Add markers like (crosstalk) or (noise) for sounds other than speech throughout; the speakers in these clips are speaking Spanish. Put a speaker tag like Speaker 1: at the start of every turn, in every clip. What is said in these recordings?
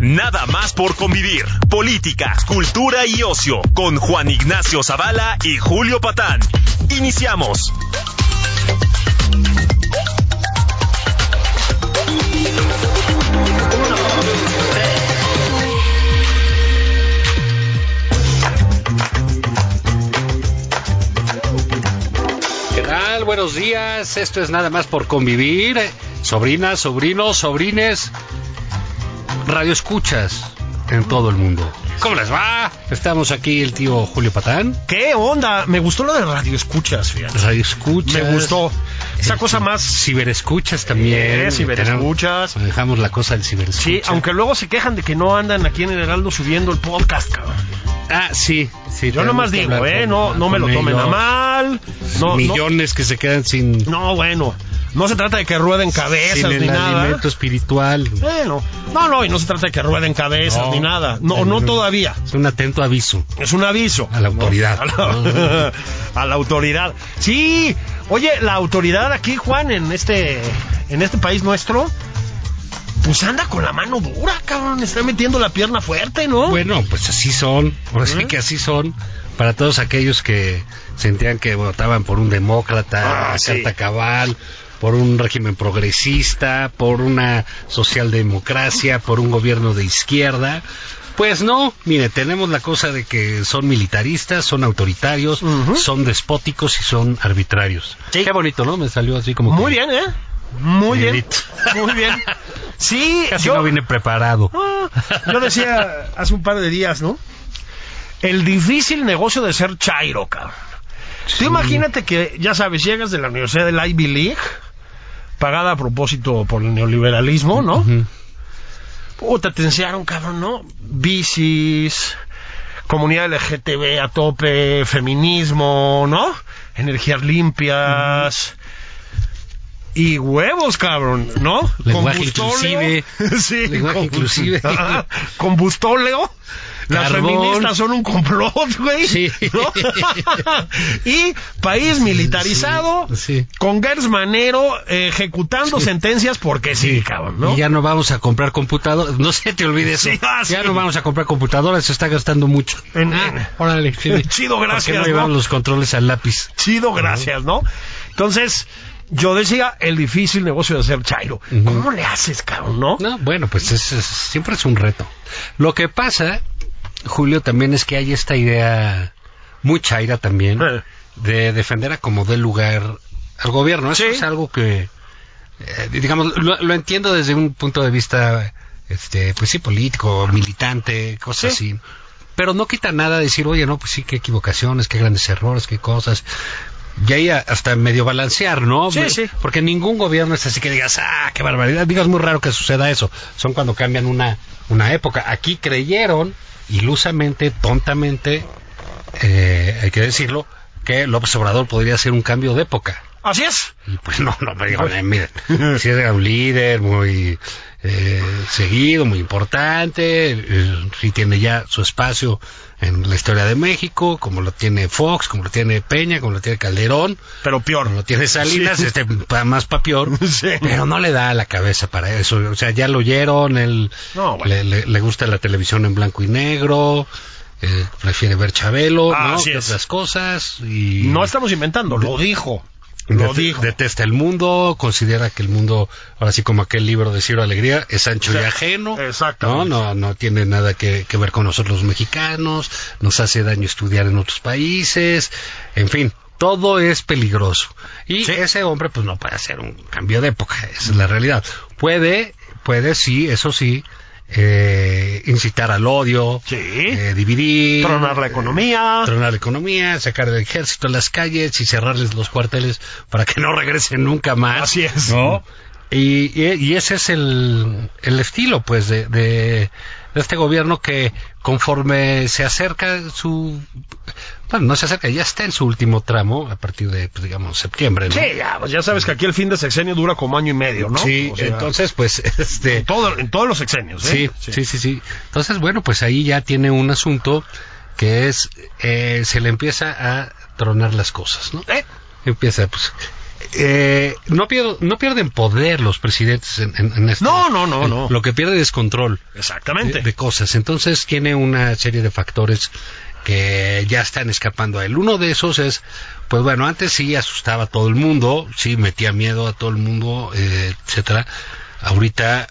Speaker 1: Nada más por convivir. Política, cultura y ocio. Con Juan Ignacio Zavala y Julio Patán. Iniciamos.
Speaker 2: ¿Qué tal? Buenos días. Esto es nada más por convivir. Sobrinas, sobrinos, sobrines, radioescuchas en todo el mundo. ¿Cómo les va? Estamos aquí el tío Julio Patán.
Speaker 3: ¿Qué onda? Me gustó lo de radio escuchas, fíjate.
Speaker 2: Radioescuchas.
Speaker 3: Me gustó. Esa cosa más.
Speaker 2: Ciberescuchas también.
Speaker 3: Eh, ciberescuchas.
Speaker 2: Tenemos- Dejamos la cosa del
Speaker 3: Sí,
Speaker 2: ciberescucha.
Speaker 3: aunque luego se quejan de que no andan aquí en el Heraldo subiendo el podcast, cabrón.
Speaker 2: Ah, sí. sí
Speaker 3: Yo
Speaker 2: tenemos
Speaker 3: nomás
Speaker 2: que
Speaker 3: digo,
Speaker 2: hablar
Speaker 3: eh,
Speaker 2: con-
Speaker 3: no, no me lo
Speaker 2: con
Speaker 3: tomen a
Speaker 2: ellos.
Speaker 3: mal. No, no,
Speaker 2: Millones que se quedan sin,
Speaker 3: no, bueno. No se trata de que rueden cabezas
Speaker 2: sin el
Speaker 3: ni nada.
Speaker 2: alimento espiritual.
Speaker 3: Bueno, no, no, y no se trata de que rueden cabezas
Speaker 2: No.
Speaker 3: ni nada. No, no todavía.
Speaker 2: Es un atento aviso.
Speaker 3: Es un aviso.
Speaker 2: A la autoridad.
Speaker 3: (laughs) A la, a la autoridad. Sí. Oye, la autoridad aquí, Juan, en este, en este país nuestro, pues anda con la mano dura, cabrón. Está metiendo la pierna fuerte, ¿no?
Speaker 2: Bueno, pues así son, ahora sí que así son. Para todos aquellos que sentían que votaban por un demócrata,
Speaker 3: Ah,
Speaker 2: una
Speaker 3: sí.
Speaker 2: carta cabal, por un régimen progresista, por una socialdemocracia, por un gobierno de izquierda. Pues no, mire, tenemos la cosa de que son militaristas, son autoritarios,
Speaker 3: Ujú.
Speaker 2: son despóticos y son arbitrarios.
Speaker 3: Sí.
Speaker 2: Qué bonito, ¿no? Me salió así como...
Speaker 3: Muy
Speaker 2: que
Speaker 3: bien, ¿eh? Muy bien.
Speaker 2: Milito.
Speaker 3: Muy
Speaker 2: (laughs)
Speaker 3: bien. Sí,
Speaker 2: Casi
Speaker 3: yo,
Speaker 2: no vine preparado.
Speaker 3: Ah, yo decía hace un par de días, ¿no? El difícil negocio de ser chairo, cabrón. Tú imagínate que, ya sabes, llegas de la Universidad del Ivy League, pagada a propósito por el neoliberalismo, ¿no?
Speaker 2: Ujú.
Speaker 3: Puta, te enseñaron, cabrón, ¿no? Bicis, comunidad LGTB a tope, feminismo, ¿no? Energías limpias. Y huevos, cabrón, ¿no?
Speaker 2: Lenguaje inclusive.
Speaker 3: (laughs) sí,
Speaker 2: Lenguaje
Speaker 3: (laughs)
Speaker 2: inclusive.
Speaker 3: Ajá, combustóleo. Las
Speaker 2: Carbón.
Speaker 3: feministas son un complot, güey.
Speaker 2: Sí. (laughs)
Speaker 3: ¿no? y país militarizado,
Speaker 2: sí, sí.
Speaker 3: con Gersmanero ejecutando sentencias porque sí, cabrón, ¿no?
Speaker 2: Y ya no vamos a comprar computadoras. No se te olvide eso.
Speaker 3: Sí, ah,
Speaker 2: Ya
Speaker 3: sí.
Speaker 2: no vamos a comprar computadoras. Se está gastando mucho. Ah,
Speaker 3: En-
Speaker 2: Órale.
Speaker 3: (laughs)
Speaker 2: sí.
Speaker 3: Chido,
Speaker 2: ¿Por qué
Speaker 3: gracias,
Speaker 2: no
Speaker 3: ¿no?
Speaker 2: llevamos los controles al lápiz.
Speaker 3: Chido, gracias, ¿no? Entonces, yo decía, el difícil negocio de ser chairo. ¿Cómo le haces, cabrón, no?
Speaker 2: No, bueno, pues es- es- siempre es un reto. Lo que pasa, Julio, también es que hay esta idea muy chaira también
Speaker 3: Eh.
Speaker 2: de defender a como dé lugar al gobierno. Eso
Speaker 3: Sí.
Speaker 2: es algo que, eh, digamos, lo, lo entiendo desde un punto de vista, este, pues sí, político, militante, cosas
Speaker 3: Sí.
Speaker 2: así. Pero no quita nada decir, oye, no, pues sí, qué equivocaciones, qué grandes errores, qué cosas. Y ahí a- hasta medio balancear, ¿no? Pues,
Speaker 3: Sí, sí.
Speaker 2: Porque ningún gobierno es así que digas, ah, qué barbaridad. Digo, es muy raro que suceda eso. Son cuando cambian una, una época. Aquí creyeron, ilusamente, tontamente, eh, hay que decirlo, que López Obrador podría hacer un cambio de época.
Speaker 3: Así es.
Speaker 2: Y pues (laughs) no, no, pero digo, eh, miren, si era un líder muy eh, seguido, muy importante, si tiene ya su espacio en la historia de México, como lo tiene Fox, como lo tiene Peña, como lo tiene Calderón,
Speaker 3: Pero peor.
Speaker 2: como lo tiene Salinas,
Speaker 3: Sí.
Speaker 2: este, pa- más papior,
Speaker 3: (laughs) Sí.
Speaker 2: pero no le da la cabeza para eso, o sea, ya lo oyeron, él
Speaker 3: No, bueno.
Speaker 2: le, le- le gusta la televisión en blanco y negro, eh, prefiere ver Chabelo,
Speaker 3: Ah,
Speaker 2: ¿no?
Speaker 3: así
Speaker 2: Que
Speaker 3: es.
Speaker 2: otras cosas, y...
Speaker 3: No estamos inventando, lo dijo. Lo
Speaker 2: Det-
Speaker 3: dijo.
Speaker 2: Detesta el mundo, considera que el mundo, ahora sí como aquel libro de Ciro Alegría, es ancho y
Speaker 3: Sí,
Speaker 2: ajeno. No,
Speaker 3: exactamente.
Speaker 2: no, no tiene nada que, que ver con nosotros los mexicanos, nos hace daño estudiar en otros países, en fin, todo es peligroso. Y ese hombre pues no puede hacer un cambio de época, esa es la realidad. Puede, puede sí, eso sí, eh, incitar al odio,
Speaker 3: Sí.
Speaker 2: eh, dividir,
Speaker 3: Tronar la economía.
Speaker 2: tronar la economía, sacar el ejército a las calles y cerrarles los cuarteles para que no regresen nunca más.
Speaker 3: Así es.
Speaker 2: ¿no? Y, y- y ese es el, el estilo, pues, de, de- de este gobierno que conforme se acerca su... Bueno, no se acerca, ya está en su último tramo, a partir de, pues, digamos, septiembre, ¿no?
Speaker 3: Sí, ya, pues ya sabes que aquí el fin de sexenio dura como año y medio, ¿no?
Speaker 2: Sí,
Speaker 3: O sea,
Speaker 2: entonces, pues, (laughs) este...
Speaker 3: en todo- en todos los sexenios,
Speaker 2: Sí,
Speaker 3: ¿eh?
Speaker 2: sí, sí, sí. Entonces, bueno, pues ahí ya tiene un asunto que es, eh, se le empieza a tronar las cosas, ¿no?
Speaker 3: ¿Eh?
Speaker 2: Empieza, pues... eh, no, pierdo- no pierden poder los presidentes en, en- en este-
Speaker 3: No, no, no, no.
Speaker 2: Lo que pierde es control
Speaker 3: Exactamente.
Speaker 2: de, de cosas. Entonces tiene una serie de factores que ya están escapando a él. Uno de esos es, pues bueno, antes sí asustaba a todo el mundo, sí metía miedo a todo el mundo, eh, etcétera. Ahorita,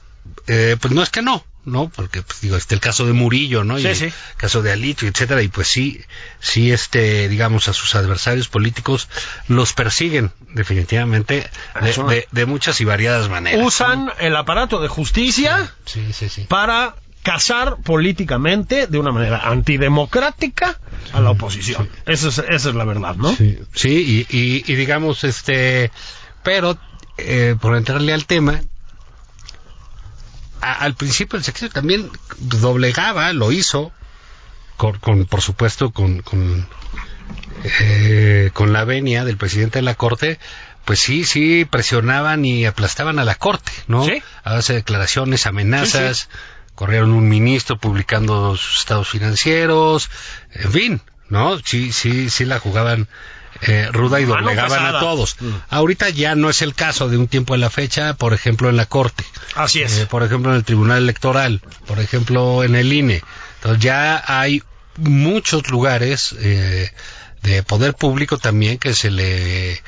Speaker 2: eh, pues no es que no, ¿no? Porque, pues, digo, está el caso de Murillo, ¿no?
Speaker 3: Sí,
Speaker 2: y
Speaker 3: sí.
Speaker 2: El caso de Alito, etcétera. Y pues sí, sí, este, digamos, a sus adversarios políticos los persiguen, definitivamente, de,
Speaker 3: Eso.
Speaker 2: de- de muchas y variadas maneras.
Speaker 3: Usan el aparato de justicia
Speaker 2: Sí, sí, sí.
Speaker 3: para cazar políticamente de una manera antidemocrática a la oposición. Esa es, esa es la verdad, ¿no?
Speaker 2: Sí, sí, y, y- y digamos, este, pero eh, por entrarle al tema, a- al principio el sexenio también doblegaba, lo hizo, con, con, por supuesto, con, con, eh, con la venia del presidente de la corte, pues sí, sí, presionaban y aplastaban a la corte, ¿no?
Speaker 3: Sí.
Speaker 2: A base de declaraciones, amenazas, corrieron un ministro publicando sus estados financieros, en fin, ¿no? Sí, sí, sí la jugaban eh, ruda y
Speaker 3: Mano
Speaker 2: doblegaban
Speaker 3: pesada. Mm.
Speaker 2: a todos. Ahorita ya no es el caso de un tiempo a la fecha, por ejemplo, en la corte.
Speaker 3: Así es.
Speaker 2: Eh, por ejemplo, en el Tribunal Electoral, por ejemplo, en el INE. Entonces ya hay muchos lugares eh, de poder público también que se le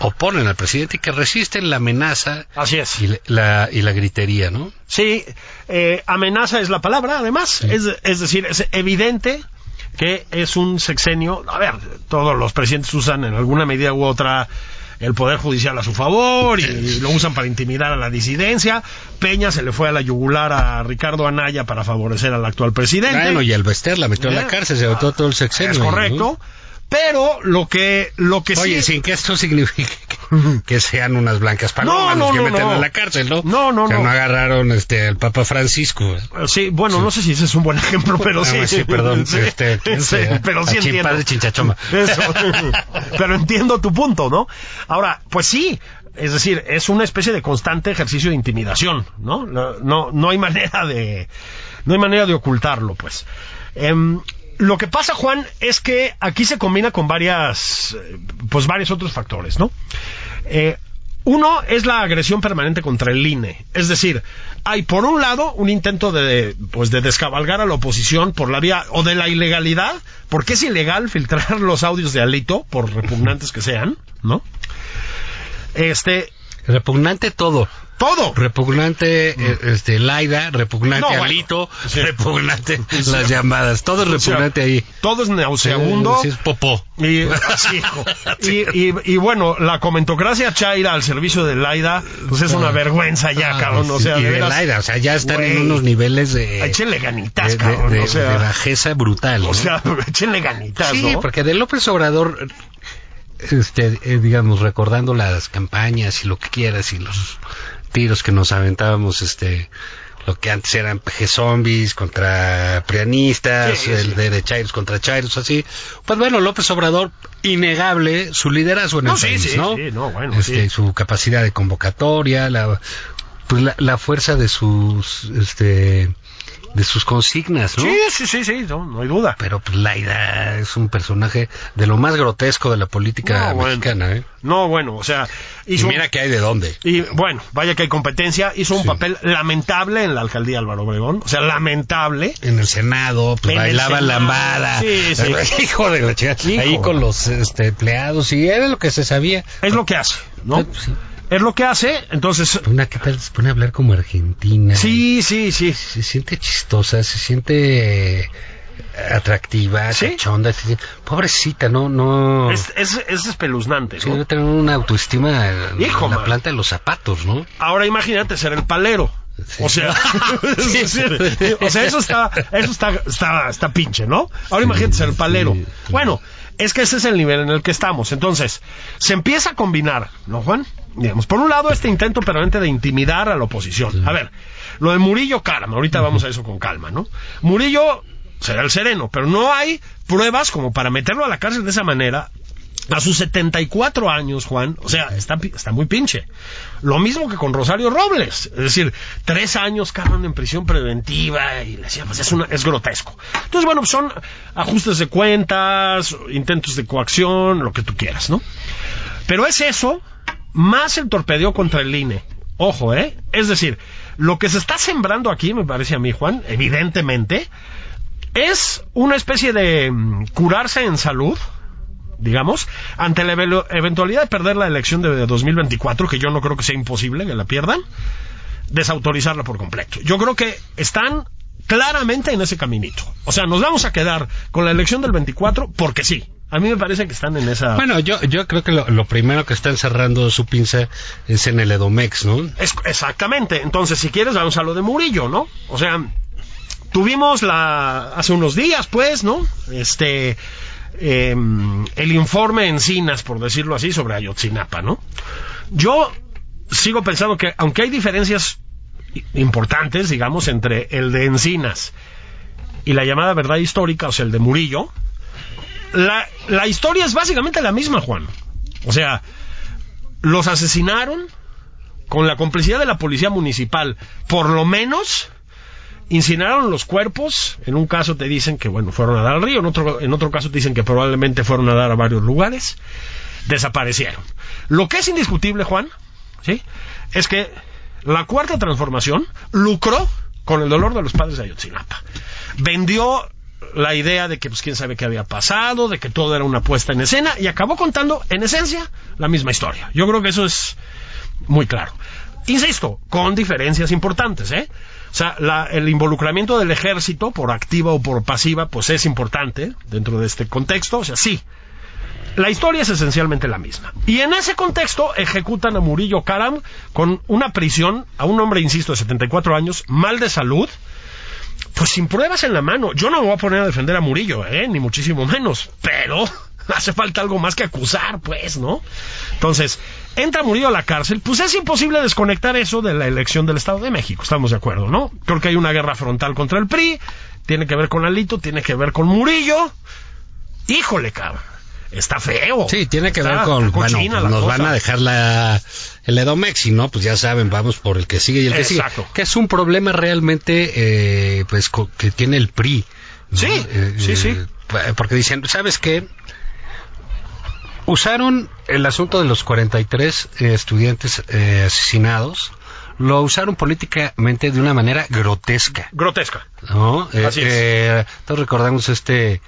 Speaker 2: oponen al presidente y que resisten la amenaza
Speaker 3: Así es.
Speaker 2: y la, y la gritería, ¿no?
Speaker 3: Sí, eh, amenaza es la palabra, además. Es, es decir, es evidente que es un sexenio. A ver, todos los presidentes usan en alguna medida u otra el poder judicial a su favor y lo usan para intimidar a la disidencia. Peña se le fue a la yugular a Ricardo Anaya para favorecer al actual presidente.
Speaker 2: Bueno, y Alvester la metió a
Speaker 3: Ya.
Speaker 2: la cárcel, se votó todo el sexenio.
Speaker 3: es correcto. Pero lo que, lo que
Speaker 2: ¿no? Oye,
Speaker 3: sí.
Speaker 2: sin que esto signifique que, que sean unas blancas palomas
Speaker 3: No, no,
Speaker 2: los que
Speaker 3: no,
Speaker 2: meten
Speaker 3: no.
Speaker 2: a la cárcel, ¿no?
Speaker 3: No, no,
Speaker 2: O sea,
Speaker 3: no.
Speaker 2: no agarraron este, al Papa Francisco.
Speaker 3: Sí, bueno, no sé si ese es un buen
Speaker 2: (laughs)
Speaker 3: ejemplo, pero
Speaker 2: Ah,
Speaker 3: sí.
Speaker 2: bueno, sí, perdón,
Speaker 3: (laughs) Sí,
Speaker 2: este, ¿quién
Speaker 3: sí,
Speaker 2: sea?
Speaker 3: pero sí
Speaker 2: A Chin
Speaker 3: entiendo.
Speaker 2: Padre Chinchachoma.
Speaker 3: (laughs) Eso. pero entiendo tu punto, ¿no? Ahora, pues sí, es decir, es una especie de constante ejercicio de intimidación, ¿no? No, no, no hay manera de, no hay manera de ocultarlo, pues. Em, lo que pasa, Juan, es que aquí se combina con varias, eh, pues varios otros factores, ¿no? Eh, uno es la agresión permanente contra el INE. Es decir, hay por un lado un intento de, pues, de descabalgar a la oposición por la vía o de la ilegalidad, porque es ilegal filtrar los audios de Alito, por repugnantes que sean, ¿no? Este,
Speaker 2: Repugnante todo.
Speaker 3: todo.
Speaker 2: Repugnante eh, este, Laida, repugnante
Speaker 3: Mm. No, bueno.
Speaker 2: Alito, repugnante las llamadas. Todo es
Speaker 3: O sea,
Speaker 2: repugnante ahí.
Speaker 3: Todo es nauseabundo.
Speaker 2: Sí, es popó.
Speaker 3: Y, sí, hijo. y, y- y bueno, la comentocracia chaira al servicio de Laida, pues es una vergüenza ya,
Speaker 2: Ah,
Speaker 3: cabrón. O
Speaker 2: sí,
Speaker 3: sea,
Speaker 2: y
Speaker 3: de
Speaker 2: de
Speaker 3: veras,
Speaker 2: Laida, o sea, ya están en
Speaker 3: güey,
Speaker 2: unos niveles de...
Speaker 3: Échenle ganitas,
Speaker 2: de- de-
Speaker 3: cabrón.
Speaker 2: de-
Speaker 3: o sea,
Speaker 2: de bajeza brutal. ¿no?
Speaker 3: O sea, (laughs) échenle ganitas,
Speaker 2: Sí,
Speaker 3: ¿no?
Speaker 2: porque de López Obrador, este, eh, digamos, recordando las campañas y lo que quieras y los tiros que nos aventábamos, este, lo que antes eran PG zombies contra prianistas,
Speaker 3: Sí,
Speaker 2: el de, de Chairos contra Chairos, así. Pues bueno, López Obrador, innegable su liderazgo en
Speaker 3: No,
Speaker 2: el
Speaker 3: sí,
Speaker 2: país,
Speaker 3: sí,
Speaker 2: ¿no?
Speaker 3: sí, no, bueno,
Speaker 2: Este,
Speaker 3: sí.
Speaker 2: Su capacidad de convocatoria, la, pues la, la fuerza de sus, este, de sus consignas, ¿no?
Speaker 3: Sí, sí, sí, sí, no, no hay duda.
Speaker 2: Pero pues, Laida es un personaje de lo más grotesco de la política
Speaker 3: No, bueno.
Speaker 2: mexicana. ¿eh?
Speaker 3: No, bueno, o sea,
Speaker 2: Y
Speaker 3: hizo un-
Speaker 2: mira que hay de dónde.
Speaker 3: y bueno, vaya que hay competencia, hizo un
Speaker 2: Sí.
Speaker 3: papel lamentable en la alcaldía Álvaro Obregón, o sea, lamentable.
Speaker 2: En el Senado, pues
Speaker 3: En el
Speaker 2: bailaba
Speaker 3: Senado.
Speaker 2: lambada.
Speaker 3: Sí,
Speaker 2: (laughs)
Speaker 3: sí.
Speaker 2: Hijo de la chica.
Speaker 3: Hijo.
Speaker 2: Ahí con los este, empleados. Y era lo que se sabía.
Speaker 3: Es lo que hace, ¿no?
Speaker 2: Sí.
Speaker 3: Es lo que hace, entonces
Speaker 2: Una que tal se pone a hablar como argentina.
Speaker 3: sí, sí, sí.
Speaker 2: Se siente chistosa, se siente eh, atractiva,
Speaker 3: Sí.
Speaker 2: cachonda. se siente- Pobrecita, no, no.
Speaker 3: Es, es, es espeluznante,
Speaker 2: Sí,
Speaker 3: ¿no?
Speaker 2: debe tener una autoestima en
Speaker 3: Hijo,
Speaker 2: la
Speaker 3: man.
Speaker 2: planta de los zapatos, ¿no?
Speaker 3: Ahora imagínate ser el palero.
Speaker 2: (laughs)
Speaker 3: O sea, (laughs) sí, sí. o sea, eso está, eso está, está, está pinche, ¿no? Ahora imagínate ser palero.
Speaker 2: sí, claro.
Speaker 3: Bueno, es que ese es el nivel en el que estamos. Entonces, se empieza a combinar, ¿no, Juan? Digamos, por un lado, este intento permanente de intimidar a la oposición. A ver, lo de Murillo, calma, ahorita vamos a eso con calma, ¿no? Murillo será el sereno, pero no hay pruebas como para meterlo a la cárcel de esa manera. A sus 74 años, Juan, o sea, está, pi- está muy pinche. Lo mismo que con Rosario Robles. Es decir, tres años cargan en prisión preventiva y le decía, pues es, una, es grotesco. Entonces, bueno, pues son ajustes de cuentas, intentos de coacción, lo que tú quieras, ¿no? Pero es eso más el torpedeo contra el INE. Ojo, ¿eh? Es decir, lo que se está sembrando aquí, me parece a mí, Juan, evidentemente, es una especie de mm, curarse en salud, digamos, ante la evelu- eventualidad de perder la elección de 2024, que yo no creo que sea imposible que la pierdan, desautorizarla por completo. Yo creo que están claramente en ese caminito. O sea, nos vamos a quedar con la elección del 24 porque sí. A mí me parece que están en esa...
Speaker 2: Bueno, yo, yo creo que lo, lo primero que está encerrando su pinza es en el Edomex, ¿no?
Speaker 3: Es- exactamente. Entonces, si quieres, vamos a lo de Murillo, ¿no? O sea, tuvimos la hace unos días, pues, ¿no? Este eh, el informe Encinas, por decirlo así, sobre Ayotzinapa, ¿no? Yo sigo pensando que aunque hay diferencias i- importantes, digamos, entre el de Encinas y la llamada verdad histórica, o sea, el de Murillo, la, la historia es básicamente la misma, Juan. O sea, los asesinaron, con la complicidad de la policía municipal, por lo menos incineraron los cuerpos. En un caso te dicen que bueno fueron a dar al río, en otro en otro caso te dicen que probablemente fueron a dar a varios lugares. Desaparecieron. Lo que es indiscutible, Juan, sí, es que la cuarta transformación lucró con el dolor de los padres de Ayotzinapa. Vendió la idea de que pues quién sabe qué había pasado, de que todo era una puesta en escena y acabó contando en esencia la misma historia. Yo creo que eso es muy claro. Insisto, con diferencias importantes, ¿eh? O sea, la- el involucramiento del ejército, por activa o por pasiva, pues es importante dentro de este contexto. O sea, sí. La historia es esencialmente la misma. Y en ese contexto ejecutan a Murillo Karam con una prisión a un hombre, insisto, de 74 años, mal de salud, pues sin pruebas en la mano. Yo no me voy a poner a defender a Murillo, ¿eh? ni muchísimo menos. Pero (laughs) hace falta algo más que acusar, pues, ¿no? Entonces, entra Murillo a la cárcel. Pues es imposible desconectar eso de la elección del Estado de México. Estamos de acuerdo, ¿no? Creo que hay una guerra frontal contra el PRI. Tiene que ver con Alito, tiene que ver con Murillo. Híjole, cabrón. Está feo.
Speaker 2: Sí, tiene que
Speaker 3: Está-
Speaker 2: ver con,
Speaker 3: está
Speaker 2: bueno,
Speaker 3: cochina
Speaker 2: pues
Speaker 3: la
Speaker 2: nos van
Speaker 3: cosa.
Speaker 2: a dejar la, el Edomex y no, pues ya saben, vamos por el que sigue y el que
Speaker 3: Exacto.
Speaker 2: sigue. Que es un problema realmente, eh, pues, co- que tiene el PRI. ¿no?
Speaker 3: Sí, sí, sí.
Speaker 2: eh, Porque dicen, ¿sabes qué? Usaron el asunto de los 43 eh, estudiantes eh, asesinados, lo usaron políticamente de una manera grotesca.
Speaker 3: Grotesca.
Speaker 2: ¿no? Eh,
Speaker 3: Así es.
Speaker 2: eh, todos recordamos este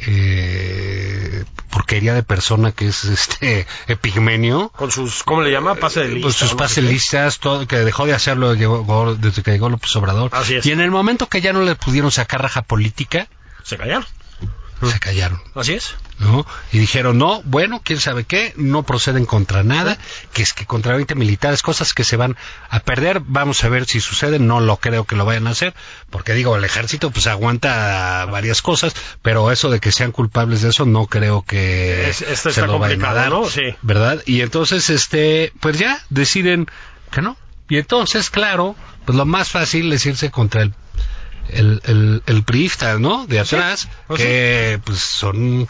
Speaker 2: eh, porquería de persona que es este (laughs) Epigmenio.
Speaker 3: Con sus, ¿cómo le llama? Pase de lista.
Speaker 2: Pues sus
Speaker 3: o no sé
Speaker 2: pases
Speaker 3: qué.
Speaker 2: listas, todo, que dejó de hacerlo llegó- desde que llegó López Obrador.
Speaker 3: Así es.
Speaker 2: Y en el momento que ya no le pudieron sacar raja política,
Speaker 3: Se callaron.
Speaker 2: se callaron,
Speaker 3: Así es.
Speaker 2: ¿no? Y dijeron, no, bueno, quién sabe qué, no proceden contra nada, que es que contra 20 militares, cosas que se van a perder, vamos a ver si sucede, no lo creo que lo vayan a hacer, porque digo, el ejército pues aguanta varias cosas, pero eso de que sean culpables de eso no creo que
Speaker 3: Es- esto está complicado, ¿no? Sí.
Speaker 2: ¿verdad? Y entonces, este, pues ya deciden que no. Y entonces, claro, pues lo más fácil es irse contra el el, el, el priista, ¿no? De atrás,
Speaker 3: pues
Speaker 2: que pues son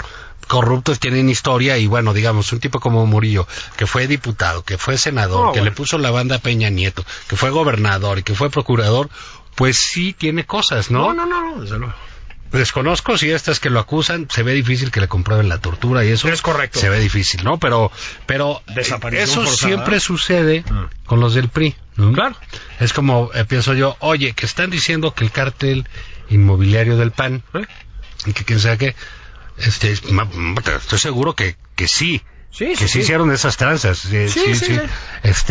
Speaker 2: corruptos, tienen historia y bueno, digamos, un tipo como Murillo, que fue diputado, que fue senador,
Speaker 3: No,
Speaker 2: que
Speaker 3: bueno.
Speaker 2: le puso la banda a Peña Nieto, que fue gobernador y que fue procurador, pues sí tiene cosas, ¿no?
Speaker 3: No, no, no, no, desde luego.
Speaker 2: Desconozco si estas que lo acusan, se ve difícil que le comprueben la tortura y eso.
Speaker 3: Es correcto.
Speaker 2: Se ve difícil, ¿no? Pero, pero
Speaker 3: Desaparición
Speaker 2: eso
Speaker 3: forzada. Ah.
Speaker 2: siempre sucede con los del PRI, ¿no?
Speaker 3: Claro.
Speaker 2: Es como, eh, pienso yo, oye, que están diciendo que el cártel inmobiliario del PAN,
Speaker 3: ¿Eh?
Speaker 2: y que quién sabe qué, este, es- ma- ma- estoy seguro que, que sí.
Speaker 3: Sí,
Speaker 2: que
Speaker 3: sí,
Speaker 2: sí,
Speaker 3: sí.
Speaker 2: hicieron esas tranzas. eh,
Speaker 3: Sí, sí, sí.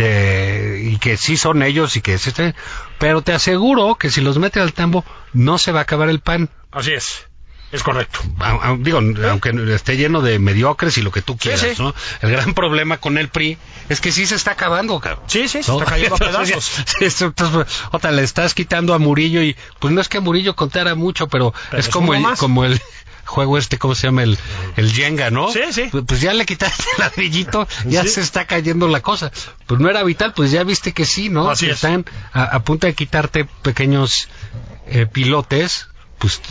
Speaker 2: Este, y que sí son ellos y que este. sí. están- Pero te aseguro que si los meten al tambo, no se va a acabar el pan.
Speaker 3: Así es. Es correcto.
Speaker 2: a- a- digo, aunque esté lleno de mediocres y lo que tú quieras,
Speaker 3: sí.
Speaker 2: ¿no? El gran problema con el PRI es que sí se está acabando, cabrón.
Speaker 3: Sí, sí, se está cayendo a
Speaker 2: (laughs) Entonces,
Speaker 3: pedazos.
Speaker 2: ya- sí, esto- entonces, ota, le estás quitando a Murillo y pues no es que Murillo contara mucho, pero,
Speaker 3: Pero
Speaker 2: es
Speaker 3: es
Speaker 2: como
Speaker 3: uno
Speaker 2: el,
Speaker 3: más.
Speaker 2: como el (laughs) juego este, ¿cómo se llama? El, el Jenga, ¿no?
Speaker 3: Sí, sí.
Speaker 2: Pues, pues ya le quitaste el ladrillito, ya
Speaker 3: Sí.
Speaker 2: se está cayendo la cosa. Pues no era vital, pues ya viste que sí, ¿no?
Speaker 3: Así
Speaker 2: Que
Speaker 3: es.
Speaker 2: Están a, a punto de quitarte pequeños eh, pilotes, pues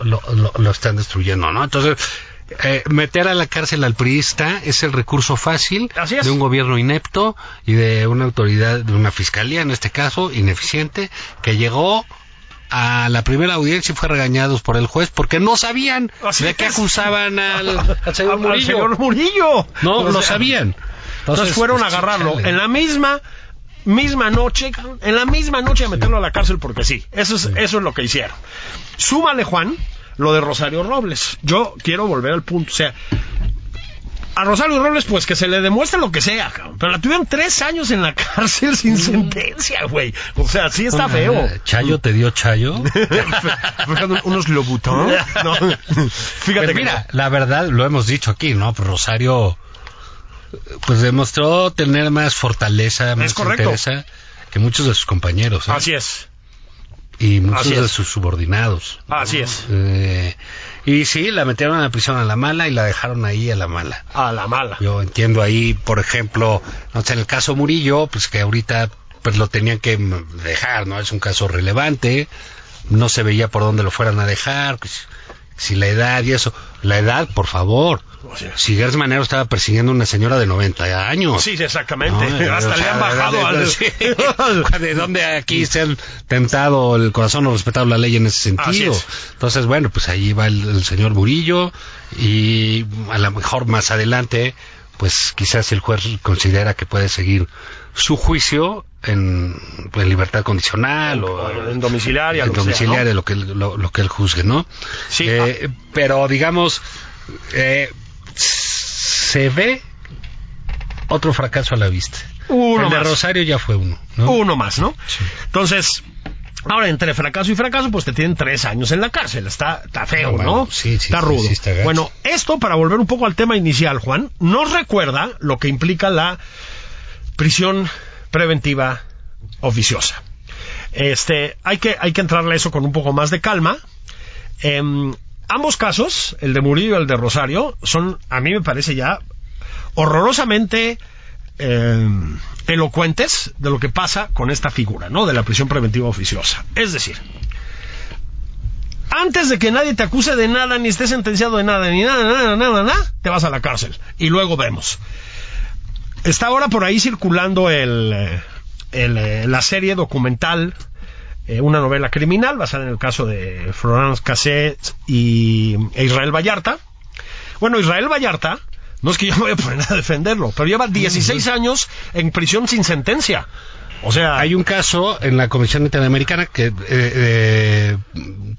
Speaker 2: lo, lo- lo están destruyendo, ¿no? Entonces, eh, meter a la cárcel al priista es el recurso fácil
Speaker 3: Así es.
Speaker 2: de un gobierno inepto y de una autoridad, de una fiscalía en este caso, ineficiente, que llegó a la primera audiencia y fue regañados por el juez porque no sabían
Speaker 3: Así
Speaker 2: de qué
Speaker 3: es.
Speaker 2: acusaban al,
Speaker 3: (laughs)
Speaker 2: al
Speaker 3: Al-
Speaker 2: señor
Speaker 3: al
Speaker 2: Murillo.
Speaker 3: señor Murillo.
Speaker 2: No
Speaker 3: O
Speaker 2: lo
Speaker 3: sea,
Speaker 2: sabían.
Speaker 3: Entonces, fueron a
Speaker 2: pues, sí,
Speaker 3: agarrarlo
Speaker 2: chale.
Speaker 3: en la misma misma noche, cabrón, en la misma noche a meterlo a la cárcel porque sí. Eso es eso es lo que hicieron. Súmale Juan lo de Rosario Robles. Yo quiero volver al punto, o sea, a Rosario Robles, pues que se le demuestre lo que sea, cabrón. Pero la tuvieron tres años en la (laughs) cárcel sin sentencia, güey. O sea, sí está feo.
Speaker 2: Chayo te dio
Speaker 3: (laughs)
Speaker 2: Chayo.
Speaker 3: Fíjate, unos lobutón. (laughs) No. Pues Fíjate,
Speaker 2: Pero
Speaker 3: que-
Speaker 2: Pues mira, la verdad lo hemos dicho aquí, ¿no? Pues Rosario pues demostró tener más fortaleza, más
Speaker 3: correcto.
Speaker 2: entereza que muchos de sus compañeros ¿eh?
Speaker 3: Así es,
Speaker 2: y muchos
Speaker 3: así
Speaker 2: de
Speaker 3: es.
Speaker 2: sus subordinados.
Speaker 3: así es.
Speaker 2: Eh, y sí, la metieron a la prisión a la mala y la dejaron ahí a la mala.
Speaker 3: A la mala.
Speaker 2: Yo entiendo ahí, por ejemplo, no sé, en el caso Murillo, pues que ahorita pues lo tenían que mm, dejar, ¿no? Es un caso relevante, no se veía por dónde lo fueran a dejar, pues, si la edad y eso. La edad, por favor.
Speaker 3: O sea,
Speaker 2: Si Gers Manero estaba persiguiendo a una señora de 90 años.
Speaker 3: Sí, sí, exactamente.
Speaker 2: No, eh,
Speaker 3: (laughs) Hasta
Speaker 2: o
Speaker 3: le
Speaker 2: sea,
Speaker 3: han bajado
Speaker 2: de- de-
Speaker 3: al...
Speaker 2: sí. (laughs) ¿De dónde aquí se han tentado el corazón o respetado la ley en ese
Speaker 3: Así
Speaker 2: sentido?
Speaker 3: es.
Speaker 2: Entonces, bueno, pues ahí va el, el señor Burillo y a lo mejor más adelante, pues quizás el juez considera que puede seguir su juicio en, en libertad condicional o
Speaker 3: en domiciliaria,
Speaker 2: en
Speaker 3: lo que sea,
Speaker 2: domiciliaria, lo, que, lo, lo que él juzgue, ¿no?
Speaker 3: Sí, ah.
Speaker 2: Eh, Pero digamos, eh, se ve otro fracaso a la vista.
Speaker 3: Uno
Speaker 2: el de
Speaker 3: más.
Speaker 2: Rosario ya fue uno, ¿no?
Speaker 3: Uno más, ¿no? Entonces, ahora entre fracaso y fracaso, pues te tienen tres años en la cárcel. Está, está feo,
Speaker 2: No,
Speaker 3: ¿no?
Speaker 2: Ah, bueno, sí, sí,
Speaker 3: está
Speaker 2: sí,
Speaker 3: rudo.
Speaker 2: sí está gacho.
Speaker 3: bueno, esto, para volver un poco al tema inicial, Juan, nos recuerda lo que implica la prisión preventiva oficiosa. Este, hay que, hay que entrarle a eso con un poco más de calma. Em, ambos casos, el de Murillo y el de Rosario, son, a mí me parece ya, horrorosamente eh, elocuentes de lo que pasa con esta figura, ¿no? De la prisión preventiva oficiosa. Es decir, antes de que nadie te acuse de nada, ni esté sentenciado de nada, ni nada, nada, nada, nada, te vas a la cárcel. Y luego vemos. Está ahora por ahí circulando el, eh, el, eh, la serie documental, eh, una novela criminal basada en el caso de Florence Cassé y, e Israel Vallarta. Bueno, Israel Vallarta, no es que (laughs) yo me voy a poner a defenderlo, pero lleva 16 años en prisión sin sentencia. O sea,
Speaker 2: Hay un caso en la Comisión Interamericana que eh, eh,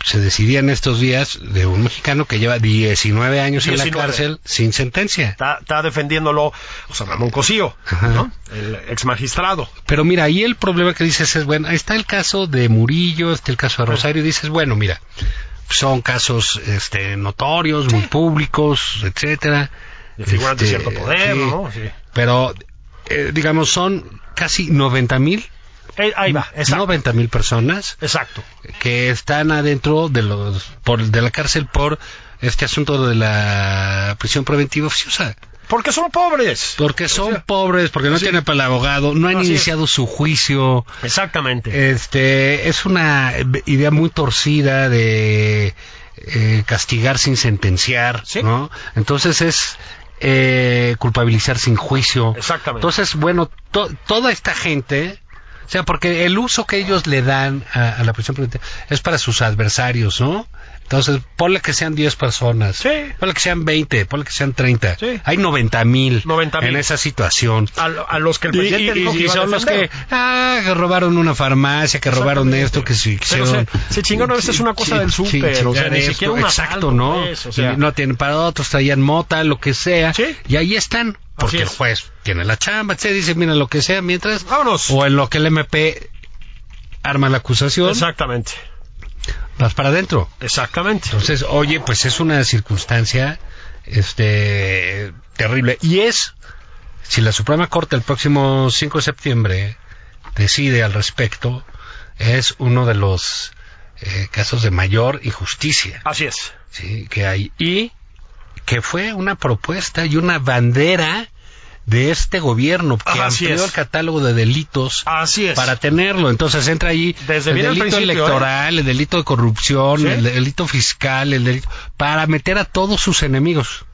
Speaker 2: se decidía en estos días de un mexicano que lleva 19 años en la
Speaker 3: 19.
Speaker 2: cárcel sin sentencia.
Speaker 3: está, está defendiéndolo José Ramón Cosío,
Speaker 2: Ajá.
Speaker 3: ¿no? el ex magistrado.
Speaker 2: Pero mira, ahí el problema que dices es, bueno, ahí está el caso de Murillo, está el caso de Rosario, y dices, bueno, mira, son casos este, notorios, muy públicos, etcétera.
Speaker 3: De figuras de
Speaker 2: Este,
Speaker 3: cierto poder,
Speaker 2: sí.
Speaker 3: ¿no? Sí.
Speaker 2: Pero, eh, digamos, son casi 90 mil,
Speaker 3: Eh, ahí va, exacto.
Speaker 2: 90 mil personas
Speaker 3: Exacto.
Speaker 2: que están adentro de los por, de la cárcel por este asunto de la prisión preventiva oficiosa.
Speaker 3: Porque son pobres.
Speaker 2: Porque son pobres, porque no tienen para el abogado, no han
Speaker 3: Así es.
Speaker 2: iniciado su juicio.
Speaker 3: Exactamente.
Speaker 2: Este es una idea muy torcida de eh, castigar sin sentenciar,
Speaker 3: Sí.
Speaker 2: ¿no? Entonces es eh, culpabilizar sin juicio.
Speaker 3: Exactamente.
Speaker 2: Entonces, bueno, to- toda esta gente, o sea, porque el uso que ellos le dan a, a la prisión preventiva es para sus adversarios, ¿no? Entonces, ponle que sean 10 personas,
Speaker 3: Sí.
Speaker 2: ponle que sean 20, ponle que sean 30.
Speaker 3: Sí.
Speaker 2: Hay 90 mil
Speaker 3: 90,000.
Speaker 2: en esa situación.
Speaker 3: a, lo- a los que el
Speaker 2: Y, y-
Speaker 3: presidente dijo que
Speaker 2: y
Speaker 3: iba a
Speaker 2: son los que,
Speaker 3: defender.
Speaker 2: ah, que robaron una farmacia, que robaron esto, que se
Speaker 3: Pero
Speaker 2: hicieron...
Speaker 3: se- se chingaron a veces una cosa del súper,
Speaker 2: chingar
Speaker 3: o sea, ni siquiera un
Speaker 2: Exacto,
Speaker 3: asalto,
Speaker 2: ¿no?
Speaker 3: pues, o sea.
Speaker 2: Y no tienen para otros, traían mota, lo que sea.
Speaker 3: Sí.
Speaker 2: Y ahí están, porque el
Speaker 3: Así es. Ah.
Speaker 2: juez tiene la chamba, se dice, mira, lo que sea, mientras...
Speaker 3: Vámonos.
Speaker 2: O en lo que el MP arma la acusación
Speaker 3: Exactamente.
Speaker 2: vas para adentro.
Speaker 3: Exactamente.
Speaker 2: Entonces, oye, pues es una circunstancia este terrible. Y es, si la Suprema Corte el próximo 5 de septiembre decide al respecto, es uno de los eh, casos de mayor injusticia
Speaker 3: Así es.
Speaker 2: ¿sí? que hay. Y que fue una propuesta y una bandera de este gobierno que
Speaker 3: Así
Speaker 2: amplió
Speaker 3: es.
Speaker 2: el catálogo de delitos
Speaker 3: Así es.
Speaker 2: para tenerlo. Entonces entra ahí
Speaker 3: Desde
Speaker 2: el
Speaker 3: bien al
Speaker 2: delito
Speaker 3: principio, ¿eh?
Speaker 2: electoral, el delito de corrupción,
Speaker 3: Sí.
Speaker 2: el delito fiscal, el delito para meter a todos sus enemigos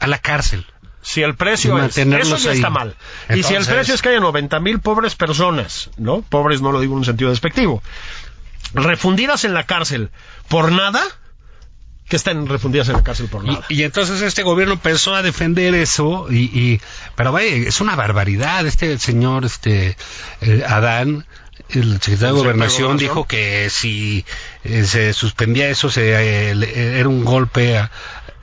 Speaker 2: a la cárcel.
Speaker 3: Si el precio
Speaker 2: Y
Speaker 3: es, eso
Speaker 2: mantenerlos
Speaker 3: ya
Speaker 2: ahí.
Speaker 3: está mal. y si el
Speaker 2: Entonces-
Speaker 3: precio es que haya 90 mil pobres personas, ¿no? Pobres no lo digo en un sentido despectivo. Refundidas en la cárcel por nada, que están refundidas en la cárcel por
Speaker 2: Y,
Speaker 3: nada.
Speaker 2: y entonces este gobierno empezó a defender eso y, y- pero vaya, es una barbaridad este señor este eh, Adán el secretario de
Speaker 3: de
Speaker 2: Gobernación
Speaker 3: Gobernación.
Speaker 2: dijo que si eh, se suspendía eso se, eh, le- era un golpe a-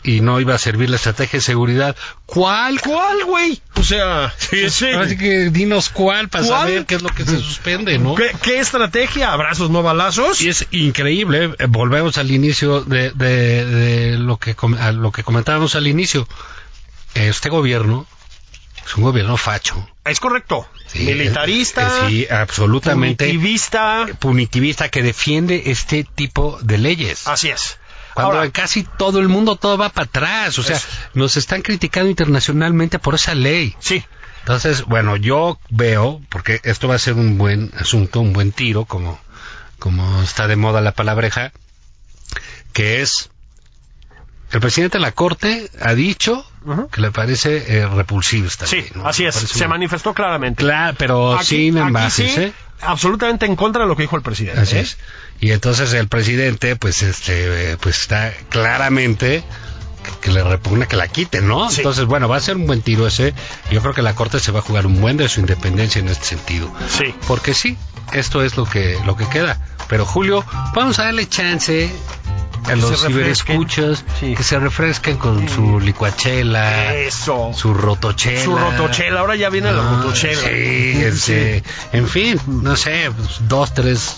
Speaker 2: y no iba a servir la estrategia de seguridad. ¿Cuál?
Speaker 3: ¿Cuál, güey? O sea, sí.
Speaker 2: Ahora sí que dinos cuál para
Speaker 3: ¿Cuál?
Speaker 2: saber qué es lo que se suspende, ¿no?
Speaker 3: ¿Qué, qué estrategia? ¿Abrazos, no balazos?
Speaker 2: Y es increíble, eh, volvemos al inicio de, de- de lo, que, com- a lo que comentábamos al inicio. Este gobierno es un gobierno facho.
Speaker 3: Es correcto.
Speaker 2: Sí,
Speaker 3: Militarista,
Speaker 2: eh, sí, absolutamente.
Speaker 3: punitivista.
Speaker 2: Punitivista que defiende este tipo de leyes.
Speaker 3: Así es.
Speaker 2: Cuando
Speaker 3: Ahora,
Speaker 2: en casi todo el mundo todo va para atrás. O sea,
Speaker 3: Eso.
Speaker 2: nos están criticando internacionalmente por esa ley.
Speaker 3: sí,
Speaker 2: Entonces, bueno, yo veo, porque esto va a ser un buen asunto, un buen tiro, como, como está de moda la palabreja, que es, el presidente de la Corte ha dicho
Speaker 3: Ujú.
Speaker 2: que le parece eh, repulsivo esta
Speaker 3: sí,
Speaker 2: ley, ¿no?
Speaker 3: así
Speaker 2: Le
Speaker 3: es.
Speaker 2: parece
Speaker 3: Se
Speaker 2: una-
Speaker 3: manifestó claramente.
Speaker 2: Claro, pero
Speaker 3: Aquí-
Speaker 2: sin
Speaker 3: aquí
Speaker 2: envases,
Speaker 3: sí,
Speaker 2: ¿eh?
Speaker 3: Absolutamente en contra de lo que dijo el presidente.
Speaker 2: Así
Speaker 3: ¿eh?
Speaker 2: es. Y entonces el presidente, pues, este, eh, pues está claramente que- que le repugna que la quiten, ¿no?
Speaker 3: Sí.
Speaker 2: Entonces, bueno, va a ser un buen tiro ese. Yo creo que la Corte se va a jugar un buen de su independencia en este sentido.
Speaker 3: Sí.
Speaker 2: Porque sí, esto es lo que, lo que queda. Pero Julio, vamos a darle chance a los
Speaker 3: se refresquen.
Speaker 2: ciberescuchas
Speaker 3: Sí.
Speaker 2: que se refresquen con su licuachela,
Speaker 3: Eso.
Speaker 2: su rotochela.
Speaker 3: Su rotochela, ahora ya viene la
Speaker 2: Ah,
Speaker 3: rotochela.
Speaker 2: Sí, este, en fin, no sé, pues, dos, tres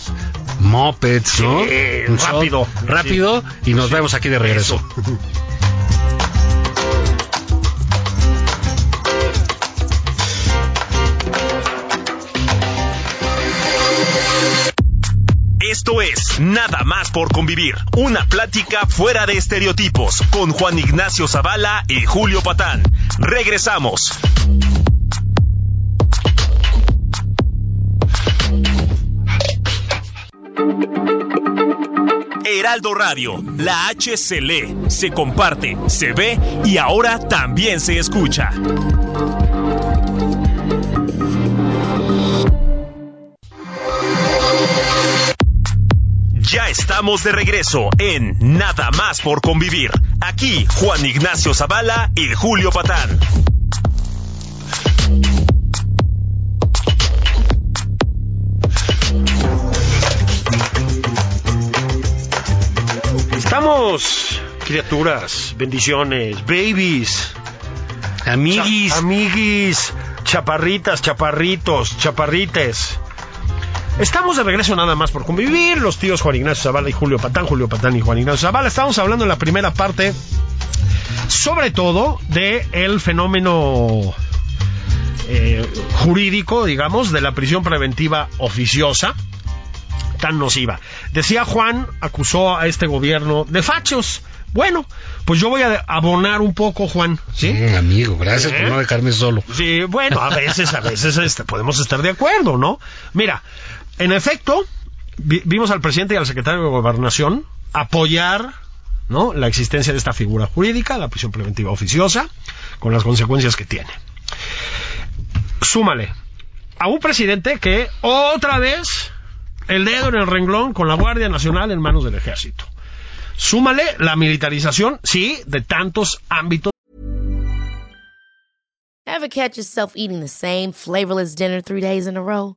Speaker 2: mopeds, ¿no? Un shot
Speaker 3: rápido.
Speaker 2: rápido y nos vemos aquí de regreso.
Speaker 1: Esto es Nada más por convivir, una plática fuera de estereotipos con Juan Ignacio Zavala y Julio Patán. Regresamos. Heraldo Radio, la H se lee, se comparte, se ve y ahora también se escucha. Ya estamos de regreso en Nada más por convivir. Aquí Juan Ignacio Zavala y Julio Patán.
Speaker 3: Estamos, criaturas, bendiciones, babies,
Speaker 2: Amiguis,
Speaker 3: cha- amiguis, chaparritas, chaparritos, chaparrites. Estamos de regreso nada más por convivir, los tíos Juan Ignacio Zavala y Julio Patán, Julio Patán y Juan Ignacio Zavala. Estamos hablando en la primera parte, sobre todo, de el fenómeno eh, jurídico, digamos, de la prisión preventiva oficiosa tan nociva. Decía Juan, acusó a este gobierno de fachos. Bueno, pues yo voy a abonar un poco, Juan, ¿sí?
Speaker 2: Mm, amigo, gracias por
Speaker 3: ¿Eh?
Speaker 2: no dejarme solo.
Speaker 3: Sí, bueno, a veces, a veces este, podemos estar de acuerdo, ¿no? Mira, en efecto, vi- vimos al presidente y al secretario de Gobernación apoyar ¿no? la existencia de esta figura jurídica, la prisión preventiva oficiosa, con las consecuencias que tiene. Súmale a un presidente que otra vez el dedo en el renglón con la Guardia Nacional en manos del ejército. Súmale la militarización, sí, de tantos ámbitos.
Speaker 4: Ever catch yourself eating the same flavorless dinner three days in a row?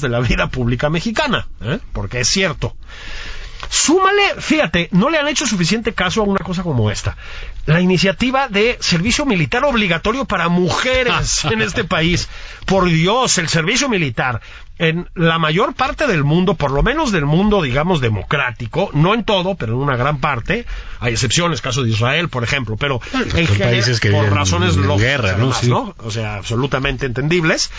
Speaker 3: de la vida pública mexicana, ¿eh? porque es cierto. Súmale, fíjate, no le han hecho suficiente caso a una cosa como esta. La iniciativa de servicio militar obligatorio
Speaker 2: (laughs)
Speaker 3: para mujeres en este país. Por Dios, el servicio militar en la mayor parte del mundo, por lo menos del mundo, digamos, democrático, no en todo, pero en una gran parte, hay excepciones, caso de Israel, por ejemplo, pero en
Speaker 2: son
Speaker 3: general,
Speaker 2: países que
Speaker 3: por
Speaker 2: viven
Speaker 3: razones
Speaker 2: en
Speaker 3: lógicas,
Speaker 2: guerra, ¿no?
Speaker 3: además,
Speaker 2: Sí.
Speaker 3: ¿no? O sea, absolutamente entendibles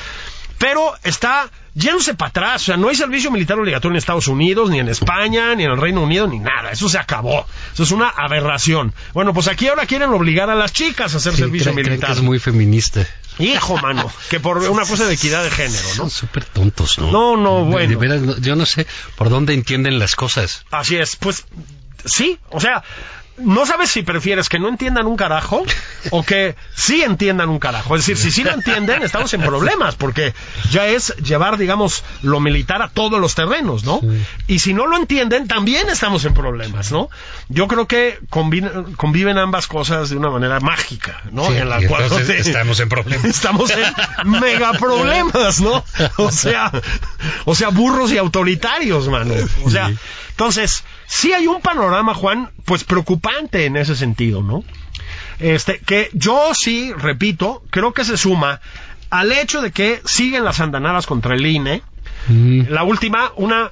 Speaker 3: pero está yéndose para atrás. O sea, no hay servicio militar obligatorio en Estados Unidos, ni en España, ni en el Reino Unido, ni nada. Eso se acabó. Eso es una aberración. Bueno, pues aquí ahora quieren obligar a las chicas a hacer
Speaker 2: Sí,
Speaker 3: servicio
Speaker 2: creen- creen
Speaker 3: militar.
Speaker 2: que es muy feminista.
Speaker 3: Hijo, mano, que por una cosa de equidad de género, ¿no?
Speaker 2: Son súper tontos, ¿no?
Speaker 3: No, no,
Speaker 2: De-
Speaker 3: bueno.
Speaker 2: de veras, no- yo no sé por dónde entienden las cosas.
Speaker 3: Así es, pues sí, o sea, no sabes si prefieres que no entiendan un carajo o que sí entiendan un carajo. Es decir, si sí lo entienden, estamos en problemas, porque ya es llevar, digamos, lo militar a todos los terrenos, ¿no? Y si no lo entienden, también estamos en problemas, ¿no? Yo creo que convin- conviven ambas cosas de una manera mágica, ¿no?
Speaker 2: Sí,
Speaker 3: en la
Speaker 2: y
Speaker 3: cual (laughs) no
Speaker 2: entonces
Speaker 3: te-
Speaker 2: estamos en problemas.
Speaker 3: (laughs) estamos en mega problemas, ¿no? O sea, o sea, burros y autoritarios, mano. O sea, entonces, sí hay un panorama, Juan, pues preocupante en ese sentido, ¿no? Este, que yo sí, repito, creo que se suma al hecho de que siguen las andanadas contra el INE. La última, una,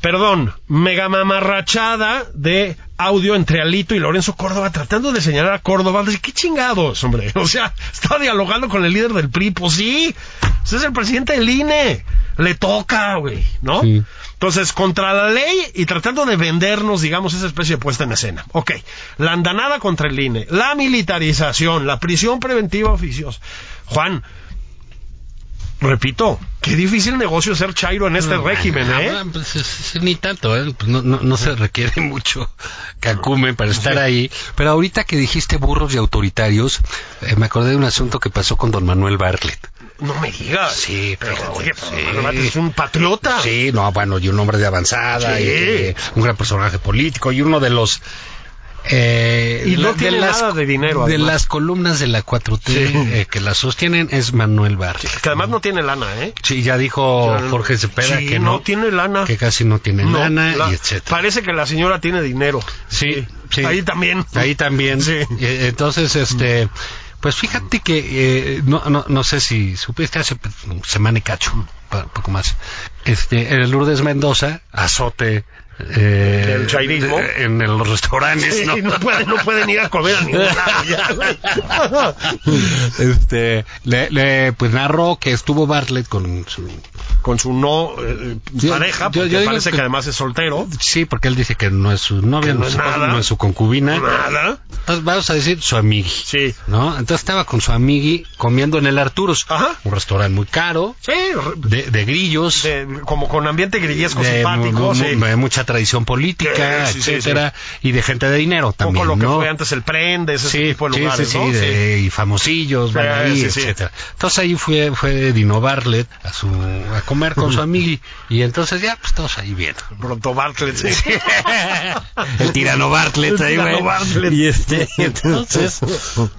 Speaker 3: perdón, mega mamarrachada de audio entre Alito y Lorenzo Córdoba tratando de señalar a Córdoba. Pues, ¿Qué chingados, hombre? (laughs) O sea, está dialogando con el líder del PRI. Pues sí, usted es el presidente del INE. Le toca, güey, ¿no?
Speaker 2: Sí.
Speaker 3: Entonces, contra la ley y tratando de vendernos, digamos, esa especie de puesta en escena. Ok, la andanada contra el INE, la militarización, la prisión preventiva oficiosa. Juan, repito, qué difícil negocio ser Chairo en este régimen, ¿eh?
Speaker 2: Ah, pues, es- es- ni tanto, ¿eh? Pues, no, no- no se requiere (laughs) mucho cacumen para estar ahí. Pero ahorita que dijiste burros y autoritarios, eh, me acordé de un asunto que pasó con don Manuel Bartlett.
Speaker 3: No me digas.
Speaker 2: Sí,
Speaker 3: pero
Speaker 2: fíjate,
Speaker 3: oye, pero
Speaker 2: sí.
Speaker 3: Manuel Bartlett es un patriota.
Speaker 2: Sí, no, bueno, y un hombre de avanzada,
Speaker 3: Ah. Sí.
Speaker 2: y, eh, un gran personaje político, y uno de los... eh,
Speaker 3: Y no
Speaker 2: la-
Speaker 3: tiene nada de dinero,
Speaker 2: De
Speaker 3: además.
Speaker 2: las columnas de la 4T
Speaker 3: Sí.
Speaker 2: eh, que la sostienen es Manuel Bartlett.
Speaker 3: Que además no tiene lana, ¿eh?
Speaker 2: Sí, ya dijo Jorge Cepeda
Speaker 3: Sí,
Speaker 2: que
Speaker 3: no
Speaker 2: no,
Speaker 3: tiene lana.
Speaker 2: que casi no tiene
Speaker 3: No,
Speaker 2: lana
Speaker 3: la-
Speaker 2: y etcétera.
Speaker 3: Parece que la señora tiene dinero.
Speaker 2: Sí, sí.
Speaker 3: Ahí también.
Speaker 2: Ahí también.
Speaker 3: Sí. Mm.
Speaker 2: Eh, Entonces, este, pues fíjate que eh, no, no, no sé si supiste hace pues, semana y cacho, pa- poco más. Este, el Lourdes Mendoza, azote. eh,
Speaker 3: Del chairismo.
Speaker 2: de- en el- los restaurantes,
Speaker 3: (laughs) Sí,
Speaker 2: ¿no?
Speaker 3: no, pueden, no pueden ir a comer a ningún lado ya, güey.
Speaker 2: (laughs) Este, le, le, pues narró que estuvo Bartlett con su
Speaker 3: Con su no eh,
Speaker 2: Yo-
Speaker 3: pareja,
Speaker 2: yo- yo
Speaker 3: porque
Speaker 2: digo
Speaker 3: parece que...
Speaker 2: que-
Speaker 3: además es soltero.
Speaker 2: Sí, porque él dice que no es su novia,
Speaker 3: Que
Speaker 2: no,
Speaker 3: no
Speaker 2: es
Speaker 3: es
Speaker 2: su,
Speaker 3: nada.
Speaker 2: no es su concubina.
Speaker 3: Nada.
Speaker 2: Entonces, vamos a decir su amigui.
Speaker 3: Sí.
Speaker 2: ¿No? Entonces estaba con su amigui comiendo en el Arturos.
Speaker 3: Ajá.
Speaker 2: Un restaurante muy caro,
Speaker 3: Sí, re-
Speaker 2: de, de grillos,
Speaker 3: de- como con ambiente grillesco
Speaker 2: de mu- mu-
Speaker 3: simpático. sí.
Speaker 2: de mucha tradición política,
Speaker 3: Sí, sí, sí,
Speaker 2: etcétera, y de gente de dinero
Speaker 3: Un poco
Speaker 2: también.
Speaker 3: lo que
Speaker 2: ¿no?
Speaker 3: fue antes el Prende, ese
Speaker 2: Sí,
Speaker 3: tipo de
Speaker 2: sí,
Speaker 3: lugares,
Speaker 2: sí,
Speaker 3: ¿no?
Speaker 2: sí, de- y famosillos, van
Speaker 3: Sí,
Speaker 2: ahí,
Speaker 3: sí, sí.
Speaker 2: etcétera. Entonces ahí fue, fue Dino Bartlett a, su, a comer con
Speaker 3: (laughs)
Speaker 2: su amigui, y entonces ya, pues todos ahí viendo.
Speaker 3: Pronto Bartlett. sí.
Speaker 2: El tirano Bartlett,
Speaker 3: El
Speaker 2: ahí, güey.
Speaker 3: tirano Bartlett.
Speaker 2: Y este, (laughs) entonces,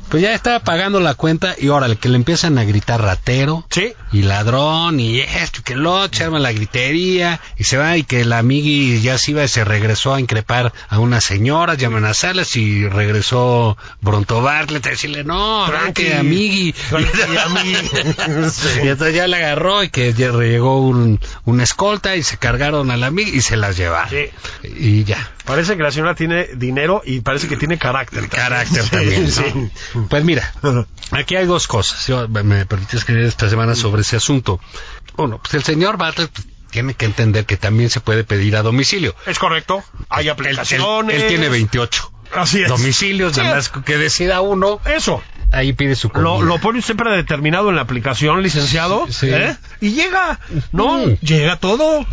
Speaker 2: pues ya estaba pagando la cuenta y órale, que le empiezan a gritar ratero.
Speaker 3: Sí.
Speaker 2: Y ladrón, y esto, y que lo, se arma la gritería, y se va, y que la amigui ya se iba y se regresó a increpar a unas señoras y amenazarlas, y regresó Bronto Bartlett a decirle, no,
Speaker 3: Tranqui.
Speaker 2: que amigui. (laughs)
Speaker 3: Tranqui, amigui.
Speaker 2: Y entonces ya la agarró y que ya llegó un, una escolta y se cargaron a la amigui y se las llevaron.
Speaker 3: Sí.
Speaker 2: Y ya.
Speaker 3: Parece que la señora tiene dinero y parece que tiene carácter. también.
Speaker 2: carácter
Speaker 3: Sí,
Speaker 2: también. ¿no?
Speaker 3: sí.
Speaker 2: Pues mira, aquí hay dos cosas. Yo, me permití escribir esta semana sobre ese asunto. Bueno, pues el señor Bartlett pues, tiene que entender que también se puede pedir a domicilio.
Speaker 3: Es correcto.
Speaker 2: Él-
Speaker 3: Hay
Speaker 2: él-
Speaker 3: aplicaciones.
Speaker 2: Él, tiene 28
Speaker 3: Así es.
Speaker 2: domicilios,
Speaker 3: Sí.
Speaker 2: nada más que decida uno,
Speaker 3: Eso.
Speaker 2: ahí pide su comida.
Speaker 3: Lo, lo pone usted predeterminado en la aplicación, licenciado.
Speaker 2: Sí, sí.
Speaker 3: ¿eh? Y llega. No,
Speaker 2: Mm.
Speaker 3: llega todo.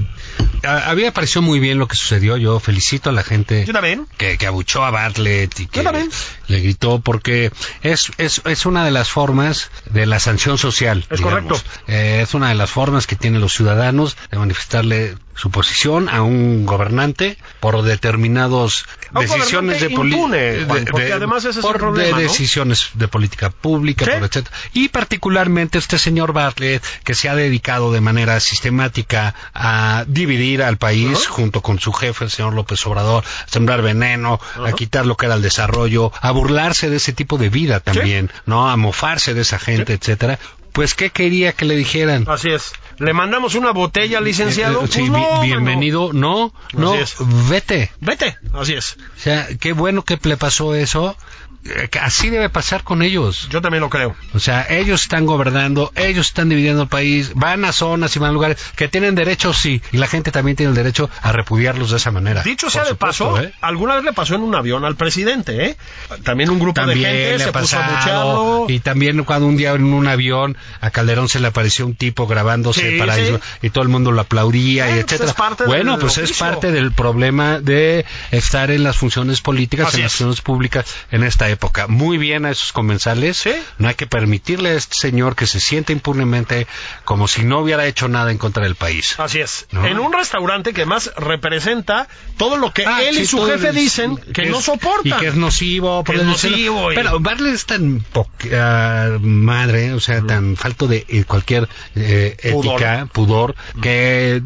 Speaker 2: A, a mí me pareció muy bien lo que sucedió. Yo felicito a la gente.
Speaker 3: Yo también.
Speaker 2: que, que abuchó a Bartlett y que
Speaker 3: también.
Speaker 2: le gritó porque es, es, es una de las formas de la sanción social.
Speaker 3: Es correcto.
Speaker 2: Eh, es una de las formas que tienen los ciudadanos de manifestarle su posición a un gobernante por determinados
Speaker 3: A un
Speaker 2: decisiones de
Speaker 3: gobernante impune,
Speaker 2: política
Speaker 3: Juan, porque además ese es el problema,
Speaker 2: de
Speaker 3: ¿no?
Speaker 2: decisiones de política pública
Speaker 3: Sí.
Speaker 2: por etcétera y particularmente este señor Bartlett que se ha dedicado de manera sistemática a dividir al país junto con su jefe el señor López Obrador a sembrar veneno a quitar lo que era el desarrollo a burlarse de ese tipo de vida también no a mofarse de esa gente etcétera pues qué quería que le dijeran
Speaker 3: Así es. Le mandamos una botella, licenciado.
Speaker 2: Eh, eh, sí,
Speaker 3: Pues
Speaker 2: bi-
Speaker 3: no,
Speaker 2: bienvenido. No, no,
Speaker 3: Así es.
Speaker 2: vete.
Speaker 3: mano. Vete. Así es.
Speaker 2: O sea, qué bueno que le pasó eso. Eh, que Así debe pasar con ellos.
Speaker 3: Yo también lo creo.
Speaker 2: O sea, ellos están gobernando, ellos están dividiendo el país, van a zonas y van a lugares que tienen derecho, sí, y la gente también tiene el derecho a repudiarlos de esa manera.
Speaker 3: Dicho
Speaker 2: Por
Speaker 3: sea de
Speaker 2: supuesto,
Speaker 3: paso,
Speaker 2: ¿eh?
Speaker 3: alguna vez le pasó en un avión al presidente, ¿eh? También un grupo
Speaker 2: También
Speaker 3: de gente
Speaker 2: le
Speaker 3: se
Speaker 2: ha
Speaker 3: puso
Speaker 2: pasado.
Speaker 3: abucheado.
Speaker 2: Y también cuando un día en un avión a Calderón se le apareció un tipo grabándose
Speaker 3: Sí,
Speaker 2: para
Speaker 3: sí.
Speaker 2: y todo el mundo lo aplaudía y
Speaker 3: Bueno, pues
Speaker 2: etcétera.
Speaker 3: es parte del
Speaker 2: bueno, pues es
Speaker 3: oficio.
Speaker 2: parte del problema de estar en las funciones políticas,
Speaker 3: Así
Speaker 2: en las
Speaker 3: es.
Speaker 2: funciones públicas en esta época. Muy bien a esos comensales.
Speaker 3: Sí.
Speaker 2: No hay que permitirle a este señor que se siente impunemente como si no hubiera hecho nada en contra del país.
Speaker 3: Así es.
Speaker 2: ¿No?
Speaker 3: En un restaurante que más representa todo lo que
Speaker 2: Ah,
Speaker 3: él y
Speaker 2: sí,
Speaker 3: su
Speaker 2: todo
Speaker 3: jefe
Speaker 2: es-
Speaker 3: dicen que, no
Speaker 2: es-
Speaker 3: soportan.
Speaker 2: Y que es nocivo. por
Speaker 3: Que es
Speaker 2: el estilo.
Speaker 3: nocivo, y-
Speaker 2: Pero Bartlett es tan poca madre, o sea, tan falto de eh, cualquier eh,
Speaker 3: Pudor.
Speaker 2: ética, pudor, que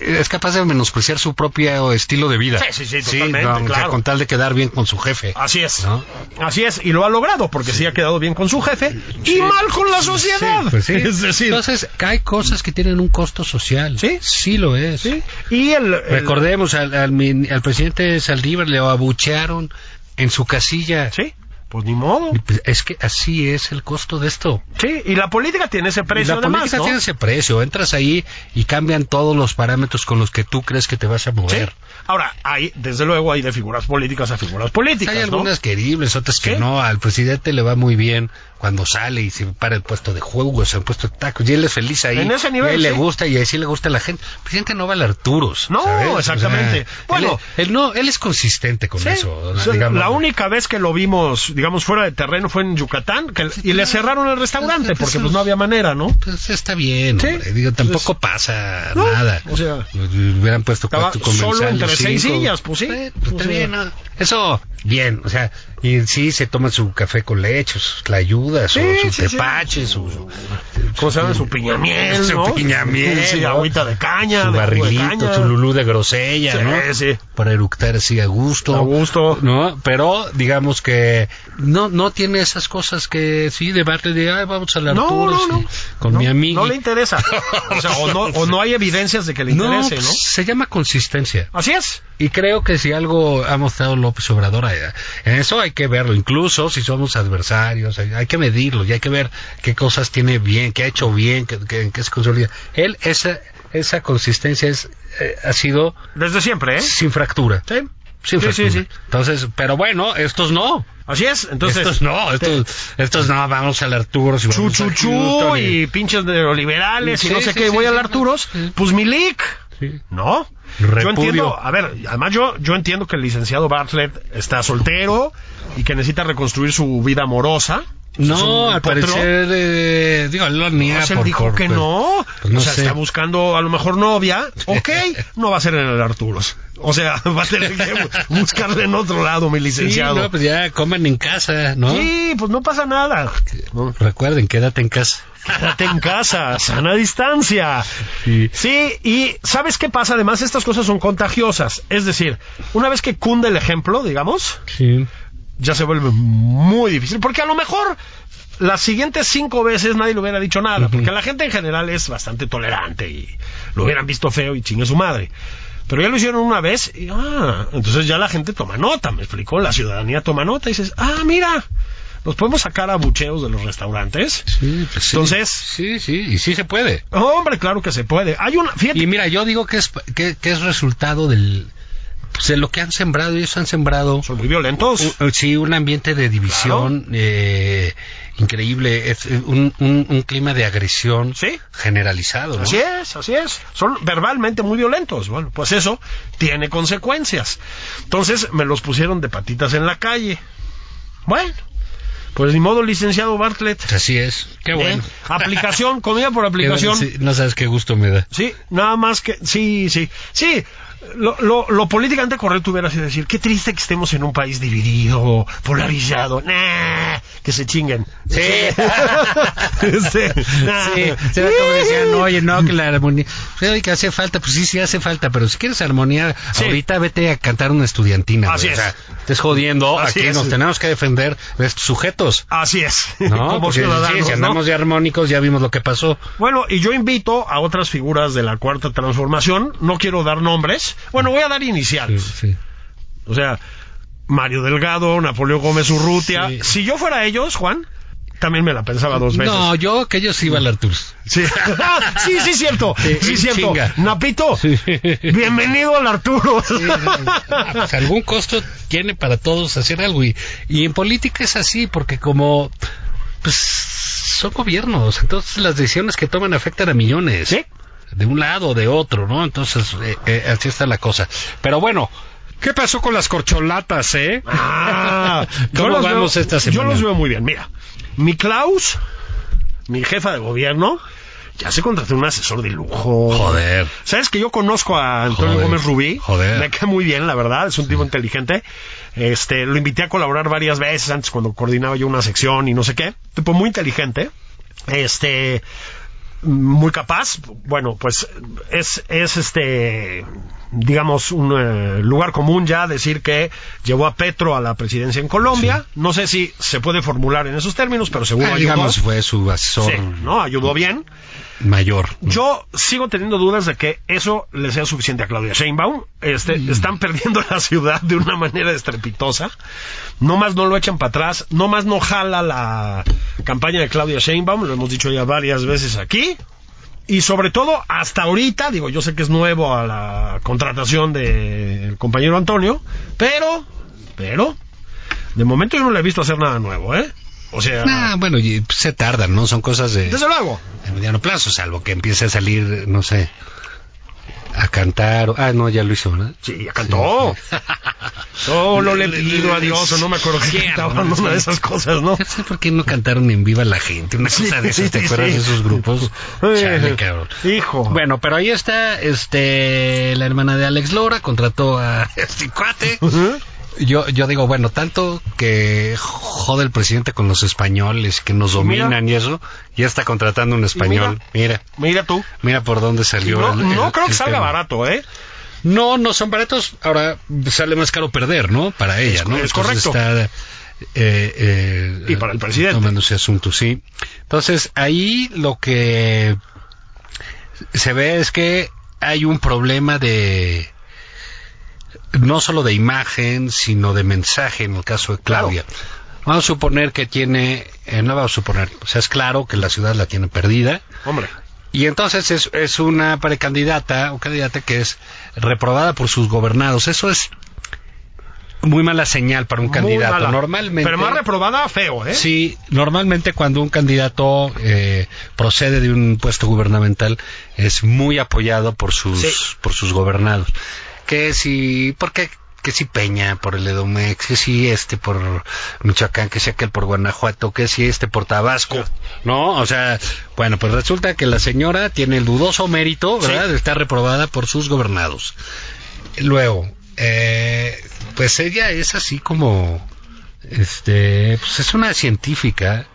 Speaker 2: es capaz de menospreciar su propio estilo de vida.
Speaker 3: Sí, sí, sí, totalmente,
Speaker 2: o sea,
Speaker 3: claro.
Speaker 2: con tal de quedar bien con su jefe.
Speaker 3: Así es.
Speaker 2: ¿No?
Speaker 3: Así es. Y lo ha logrado porque sí, ha quedado bien con su jefe y mal con la sociedad.
Speaker 2: Sí, pues sí.
Speaker 3: Es decir,
Speaker 2: Entonces, hay cosas que tienen un costo social.
Speaker 3: Sí.
Speaker 2: Sí lo es.
Speaker 3: ¿sí? Y el, el-
Speaker 2: Recordemos, al, al min- al presidente Saldívar le abuchearon en su casilla.
Speaker 3: Sí. Pues ni modo.
Speaker 2: Y, pues, Es que así es el costo de esto.
Speaker 3: Sí, y la política tiene ese
Speaker 2: Y
Speaker 3: precio
Speaker 2: la
Speaker 3: además,
Speaker 2: política
Speaker 3: ¿no?
Speaker 2: tiene ese precio. Entras ahí y cambian todos los parámetros con los que tú crees que te vas a
Speaker 3: Sí.
Speaker 2: mover.
Speaker 3: Ahora, hay, desde luego, hay de figuras políticas a figuras políticas,
Speaker 2: Pues Hay
Speaker 3: ¿no?
Speaker 2: algunas queribles, otras que
Speaker 3: Sí.
Speaker 2: no. Al presidente le va muy bien cuando sale y se para el puesto de juegos, el puesto de tacos. Y él es feliz ahí.
Speaker 3: En ese nivel,
Speaker 2: Y a él le
Speaker 3: sí.
Speaker 2: gusta y ahí sí le gusta a la gente. El presidente no va al Arturos.
Speaker 3: No,
Speaker 2: ¿sabes? O
Speaker 3: exactamente.
Speaker 2: sea,
Speaker 3: Bueno.
Speaker 2: Él, él no, él es consistente con
Speaker 3: Sí.
Speaker 2: eso.
Speaker 3: O sea,
Speaker 2: digamos.
Speaker 3: la única vez que lo vimos, digamos, fuera de terreno fue en Yucatán que- y le cerraron el restaurante
Speaker 2: Pues,
Speaker 3: porque
Speaker 2: pues,
Speaker 3: pues no había manera, ¿no?
Speaker 2: Pues está bien,
Speaker 3: Sí. Pues,
Speaker 2: hombre. Digo, tampoco pasa
Speaker 3: No,
Speaker 2: nada.
Speaker 3: o sea,
Speaker 2: hubieran puesto
Speaker 3: estaba
Speaker 2: cuatro comensales.
Speaker 3: solo entre seis
Speaker 2: cinco.
Speaker 3: sillas, pues sí.
Speaker 2: Eh, pues
Speaker 3: O
Speaker 2: está
Speaker 3: sea.
Speaker 2: bien, ¿no? Eso, bien, o sea, y sí se toma su café con leche, su tlayuda, su,
Speaker 3: Sí,
Speaker 2: su
Speaker 3: sí, sí.
Speaker 2: tepache, su,
Speaker 3: ¿Cómo se llama? Su piñamiel,
Speaker 2: Su
Speaker 3: ¿no?
Speaker 2: piñamiel,
Speaker 3: Sí,
Speaker 2: ¿no?
Speaker 3: agüita de caña,
Speaker 2: su
Speaker 3: de jugo de
Speaker 2: barrilito,
Speaker 3: caña.
Speaker 2: su lulú de grosella,
Speaker 3: Sí,
Speaker 2: ¿no?
Speaker 3: sí.
Speaker 2: Para eructar así a gusto.
Speaker 3: A gusto.
Speaker 2: ¿No? Pero digamos que no no tiene esas cosas que sí de Bartlett de "Ay, vamos a la
Speaker 3: No, no, no.
Speaker 2: con
Speaker 3: no,
Speaker 2: mi amigo.
Speaker 3: No le interesa. O sea, o no, o no hay evidencias
Speaker 2: (laughs)
Speaker 3: de que le interese, ¿no?
Speaker 2: pues, se llama consistencia.
Speaker 3: Así es.
Speaker 2: Y creo que si algo ha mostrado López Obrador, eh, en eso hay que verlo, incluso si somos adversarios, hay hay que medirlo y hay que ver qué cosas tiene bien, qué ha hecho bien, qué, qué- en qué se consolida. Él, esa, esa consistencia es, eh, ha sido
Speaker 3: Desde siempre, ¿eh?
Speaker 2: sin fractura.
Speaker 3: Sí.
Speaker 2: Sin
Speaker 3: Sí, sí,
Speaker 2: fractura.
Speaker 3: sí.
Speaker 2: Entonces, pero bueno, estos no.
Speaker 3: Así es. Entonces, este,
Speaker 2: estos no, estos, estos no, vamos al Arturo. Si
Speaker 3: chu,
Speaker 2: vamos
Speaker 3: chu,
Speaker 2: a
Speaker 3: chu,
Speaker 2: Houston
Speaker 3: y pinches neoliberales y
Speaker 2: Pues Sí,
Speaker 3: no sé
Speaker 2: sí,
Speaker 3: qué, y
Speaker 2: sí,
Speaker 3: voy
Speaker 2: sí,
Speaker 3: al
Speaker 2: sí.
Speaker 3: Arturos,
Speaker 2: Sí.
Speaker 3: pues Milik.
Speaker 2: Sí.
Speaker 3: ¿No? Yo
Speaker 2: Repudio.
Speaker 3: entiendo, a ver, además yo, yo entiendo que el licenciado Bartlett está soltero y que necesita reconstruir su vida amorosa. Es
Speaker 2: No,
Speaker 3: un
Speaker 2: al
Speaker 3: potro.
Speaker 2: parecer, eh, digo, él lo niega.
Speaker 3: Pues él
Speaker 2: por-
Speaker 3: dijo
Speaker 2: por-
Speaker 3: que
Speaker 2: por-
Speaker 3: no.
Speaker 2: pues no
Speaker 3: o sea,
Speaker 2: sé.
Speaker 3: está buscando a lo mejor novia. Ok, no va a ser en el Arturos. O sea, (laughs) va a tener que bu- buscarle en otro lado, mi
Speaker 2: Sí,
Speaker 3: licenciado.
Speaker 2: no, pues ya coman en casa, ¿no?
Speaker 3: Sí, pues no pasa nada.
Speaker 2: Recuerden, quédate en casa.
Speaker 3: Quédate en casa, sana distancia.
Speaker 2: Sí.
Speaker 3: Sí, y ¿sabes qué pasa? Además, estas cosas son contagiosas. Es decir, una vez que cunde el ejemplo, digamos,
Speaker 2: Sí.
Speaker 3: ya se vuelve muy difícil. Porque a lo mejor las siguientes cinco veces nadie le hubiera dicho nada. Porque la gente en general es bastante tolerante y lo hubieran visto feo y chingue su madre. Pero ya lo hicieron una vez y ah, entonces ya la gente toma nota, me explicó, la ciudadanía toma nota y dices, ah, mira, nos podemos sacar a bucheos de los restaurantes.
Speaker 2: Sí, pues sí.
Speaker 3: Entonces-
Speaker 2: Sí, sí, y sí se puede.
Speaker 3: Hombre, claro que se puede. Hay una, fíjate,
Speaker 2: Y mira, yo digo que es, que, que es resultado del, pues, de lo que han sembrado. Ellos han sembrado.
Speaker 3: son muy violentos.
Speaker 2: u- Sí, un ambiente de división eh, increíble, es eh, un, un- un clima de agresión
Speaker 3: Sí.
Speaker 2: generalizado. ¿no?
Speaker 3: Así es, así es. Son verbalmente muy violentos. Bueno, pues eso tiene consecuencias. Entonces me los pusieron de patitas en la calle. Bueno, Pues ni modo, licenciado Bartlett.
Speaker 2: Así es. Qué bueno.
Speaker 3: ¿Eh? Aplicación, comida
Speaker 2: (laughs)
Speaker 3: por
Speaker 2: Qué bueno,
Speaker 3: aplicación.
Speaker 2: sí, no sabes qué gusto me da.
Speaker 3: Sí, nada más que. Sí, sí. Sí, lo, lo, lo políticamente correcto hubiera sido decir: qué triste que estemos en un país dividido, polarizado. Nah, que se chinguen. (laughs) Sí. Este, nah.
Speaker 2: Sí, será como decían, oye, no, que la armonía. Pues, oye, que hace falta, pues sí, sí hace falta, pero si quieres armonía,
Speaker 3: Sí.
Speaker 2: ahorita vete a cantar una estudiantina.
Speaker 3: Así
Speaker 2: güey,
Speaker 3: es.
Speaker 2: O sea, estés jodiendo,
Speaker 3: Así
Speaker 2: aquí
Speaker 3: es.
Speaker 2: nos tenemos que defender de estos
Speaker 3: (laughs)
Speaker 2: sujetos.
Speaker 3: Así es.
Speaker 2: ¿No?
Speaker 3: Como
Speaker 2: Porque, sí,
Speaker 3: ciudadanos.
Speaker 2: si
Speaker 3: ¿no?
Speaker 2: andamos de armónicos, ya vimos lo que pasó.
Speaker 3: Bueno, y yo invito a otras figuras de la cuarta transformación, no quiero dar nombres, bueno, voy a dar
Speaker 2: Sí,
Speaker 3: iniciales.
Speaker 2: sí.
Speaker 3: O sea, Mario Delgado, Napoleón Gómez Urrutia.
Speaker 2: Sí.
Speaker 3: Si yo fuera ellos, Juan, también me la pensaba dos veces.
Speaker 2: No, yo que ellos iba al Arturs.
Speaker 3: Sí, (laughs) sí, sí, cierto. Sí,
Speaker 2: Sí,
Speaker 3: cierto.
Speaker 2: chinga.
Speaker 3: Napito, bienvenido al Arturo.
Speaker 2: Ah, pues, algún costo tiene para todos hacer algo y, y en política es así porque como pues son gobiernos entonces las decisiones que toman afectan a millones
Speaker 3: Sí.
Speaker 2: de un lado de otro no entonces eh, eh, así está la cosa pero bueno qué pasó con las corcholatas eh
Speaker 3: (laughs) Ah, yo
Speaker 2: ¿Cómo
Speaker 3: los
Speaker 2: vamos
Speaker 3: veo-
Speaker 2: esta semana?
Speaker 3: Yo los veo muy bien. Mira, mi Klaus, mi jefa de gobierno, ya se contrató un asesor de lujo.
Speaker 2: joder
Speaker 3: ¿Sabes que yo conozco a Antonio
Speaker 2: Joder,
Speaker 3: Gómez Rubí?
Speaker 2: joder.
Speaker 3: Me cae muy bien, la verdad, es un tipo inteligente. Este, lo invité a colaborar varias veces antes cuando coordinaba yo una sección y no sé qué. Tipo muy inteligente. Este muy capaz, bueno, pues es, es este, digamos, un eh, lugar común ya decir que llevó a Petro a la presidencia en Colombia. No sé si se puede formular en esos términos, pero seguro
Speaker 2: Ah,
Speaker 3: ayudó.
Speaker 2: digamos fue su asesor
Speaker 3: Sí, ¿no? Ayudó bien.
Speaker 2: mayor
Speaker 3: Yo sigo teniendo dudas de que eso le sea suficiente a Claudia Sheinbaum. Este, Están perdiendo la ciudad de una manera estrepitosa. No más no lo echan para atrás. No más no jala la campaña de Claudia Sheinbaum. Lo hemos dicho ya varias veces aquí. Y sobre todo, hasta ahorita, digo, yo sé que es nuevo a la contratación del compañero Antonio, pero, pero, de momento yo no le he visto hacer nada nuevo, ¿eh? O sea,
Speaker 2: Ah, bueno, y pues, se tardan, ¿no? Son cosas de...
Speaker 3: desde luego.
Speaker 2: a mediano plazo, salvo que empiece a salir, no sé, a cantar. o- Ah, no, ya lo hizo, ¿verdad?
Speaker 3: Sí, ya cantó. Solo le he pedido a Dios, o no me acuerdo si
Speaker 2: Sí,
Speaker 3: cantaban
Speaker 2: hermano,
Speaker 3: una de
Speaker 2: sí.
Speaker 3: esas cosas, ¿no?
Speaker 2: Ya sé por qué no cantaron en viva la gente, una cosa de esas, ¿te acuerdas de esos grupos? Chale, cabrón.
Speaker 3: Eh, Hijo.
Speaker 2: Bueno, pero ahí está, este, la hermana de Alex Lora contrató a (laughs) este cuate.
Speaker 3: Ujú.
Speaker 2: Yo, yo digo, bueno, tanto que jode el presidente con los españoles que nos
Speaker 3: Mira.
Speaker 2: dominan y eso, ya está contratando un español. Mira,
Speaker 3: Mira tú.
Speaker 2: mira por dónde salió.
Speaker 3: No,
Speaker 2: el- el-
Speaker 3: no creo que
Speaker 2: el
Speaker 3: salga
Speaker 2: tema.
Speaker 3: barato, ¿eh?
Speaker 2: No, no son baratos. Ahora sale más caro perder, ¿no? Para ella, ¿no?
Speaker 3: es
Speaker 2: Entonces
Speaker 3: correcto.
Speaker 2: está, eh, eh,
Speaker 3: Y para el presidente.
Speaker 2: Tomándose asunto, sí. Entonces, ahí lo que se ve es que hay un problema de. No solo de imagen, sino de mensaje en el caso de Claudia. Vamos a suponer que tiene. eh, no vamos a suponer. O sea, es claro que la ciudad la tiene perdida.
Speaker 3: Hombre.
Speaker 2: Y entonces es, es una precandidata o candidata que es reprobada por sus gobernados. Eso es muy mala señal para un
Speaker 3: muy
Speaker 2: candidato.
Speaker 3: mala.
Speaker 2: Normalmente.
Speaker 3: Pero más reprobada, feo, ¿eh?
Speaker 2: Sí, normalmente cuando un candidato eh, procede de un puesto gubernamental es muy apoyado por sus
Speaker 3: Sí.
Speaker 2: por sus gobernados. Que si, porque que si Peña por el Edomex, que si este por Michoacán, que si aquel por Guanajuato, que si este por Tabasco, ¿no? O sea, bueno, pues resulta que la señora tiene el dudoso mérito, ¿verdad?
Speaker 3: Sí.
Speaker 2: De estar reprobada por sus gobernados. Luego, eh, pues ella es así como, este, pues es una científica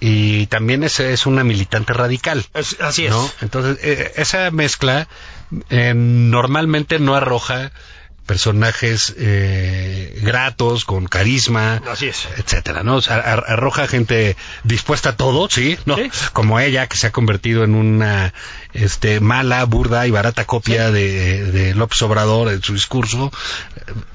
Speaker 2: y también es, es una militante radical.
Speaker 3: Es- así es.
Speaker 2: ¿no? Entonces, eh, esa mezcla eh, normalmente no arroja personajes eh, gratos, con carisma,
Speaker 3: Así es.
Speaker 2: etcétera, ¿no? O sea, ar- arroja gente dispuesta a todo, ¿sí? ¿No?
Speaker 3: Sí.
Speaker 2: Como ella, que se ha convertido en una este, mala, burda y barata copia de, de López Obrador en su discurso,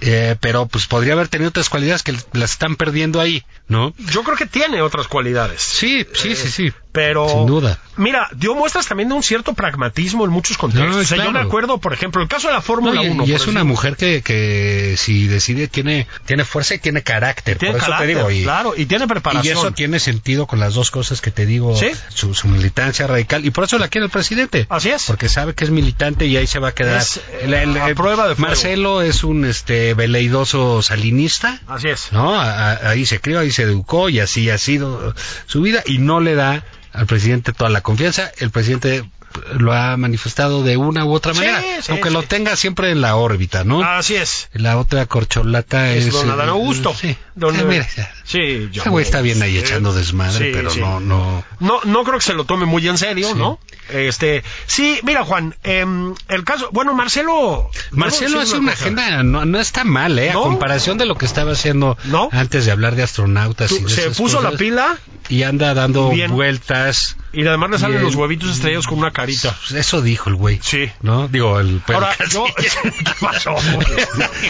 Speaker 2: eh, pero pues podría haber tenido otras cualidades que las están perdiendo ahí, ¿no?
Speaker 3: Yo creo que tiene otras cualidades.
Speaker 2: Sí, sí, sí, sí.
Speaker 3: Pero.
Speaker 2: Sin duda.
Speaker 3: Mira, dio muestras también de un cierto pragmatismo en muchos contextos.
Speaker 2: No,
Speaker 3: O sea,
Speaker 2: claro.
Speaker 3: yo me acuerdo, por ejemplo, el caso de la
Speaker 2: No,
Speaker 3: Fórmula
Speaker 2: y,
Speaker 3: 1.
Speaker 2: y
Speaker 3: por
Speaker 2: es una
Speaker 3: ejemplo.
Speaker 2: mujer que, que si decide tiene tiene fuerza y tiene carácter.
Speaker 3: Tiene
Speaker 2: por eso
Speaker 3: carácter,
Speaker 2: te digo. Y,
Speaker 3: claro, y tiene
Speaker 2: y
Speaker 3: preparación.
Speaker 2: eso tiene sentido con las dos cosas que te digo.
Speaker 3: Sí.
Speaker 2: Su, su militancia radical. Y por eso la quiere el presidente.
Speaker 3: Así es.
Speaker 2: Porque sabe que es militante y ahí se va a quedar.
Speaker 3: Es, eh, a prueba de fuego.
Speaker 2: Marcelo es un este veleidoso salinista.
Speaker 3: Así es.
Speaker 2: ¿no? A- a- ahí se crió, ahí se educó y así ha sido su vida y no le da al presidente toda la confianza. El presidente lo ha manifestado de una u otra
Speaker 3: Sí,
Speaker 2: manera,
Speaker 3: sí,
Speaker 2: aunque lo
Speaker 3: sí.
Speaker 2: tenga siempre en la órbita, ¿no?
Speaker 3: Así es.
Speaker 2: La otra corcholata es,
Speaker 3: Es don Adán
Speaker 2: eh,
Speaker 3: Augusto.
Speaker 2: Sí.
Speaker 3: Don-
Speaker 2: Ah, mira, ya.
Speaker 3: Sí, yo-
Speaker 2: Ese güey está bien ahí
Speaker 3: sí.
Speaker 2: echando desmadre,
Speaker 3: Sí,
Speaker 2: pero
Speaker 3: sí.
Speaker 2: no, no.
Speaker 3: No, no creo que se lo tome muy en serio,
Speaker 2: Sí.
Speaker 3: ¿no? Este, sí, mira, Juan, em, el caso, bueno, Marcelo.
Speaker 2: Marcelo
Speaker 3: debo
Speaker 2: hace
Speaker 3: decir
Speaker 2: una
Speaker 3: cosa.
Speaker 2: agenda, no, no está mal, ¿eh?
Speaker 3: No.
Speaker 2: A comparación de lo que estaba haciendo
Speaker 3: No.
Speaker 2: antes de hablar de astronautas. y
Speaker 3: Tú-
Speaker 2: de
Speaker 3: Se
Speaker 2: esas
Speaker 3: puso la
Speaker 2: cosas,
Speaker 3: pila
Speaker 2: Y anda dando
Speaker 3: Bien.
Speaker 2: vueltas.
Speaker 3: y además le salen
Speaker 2: Bien.
Speaker 3: los huevitos estrellados con una carita.
Speaker 2: Eso dijo el güey.
Speaker 3: Sí.
Speaker 2: ¿No? Digo, el pero
Speaker 3: Ahora,
Speaker 2: casi- (laughs)
Speaker 3: yo. ¿Qué pasó?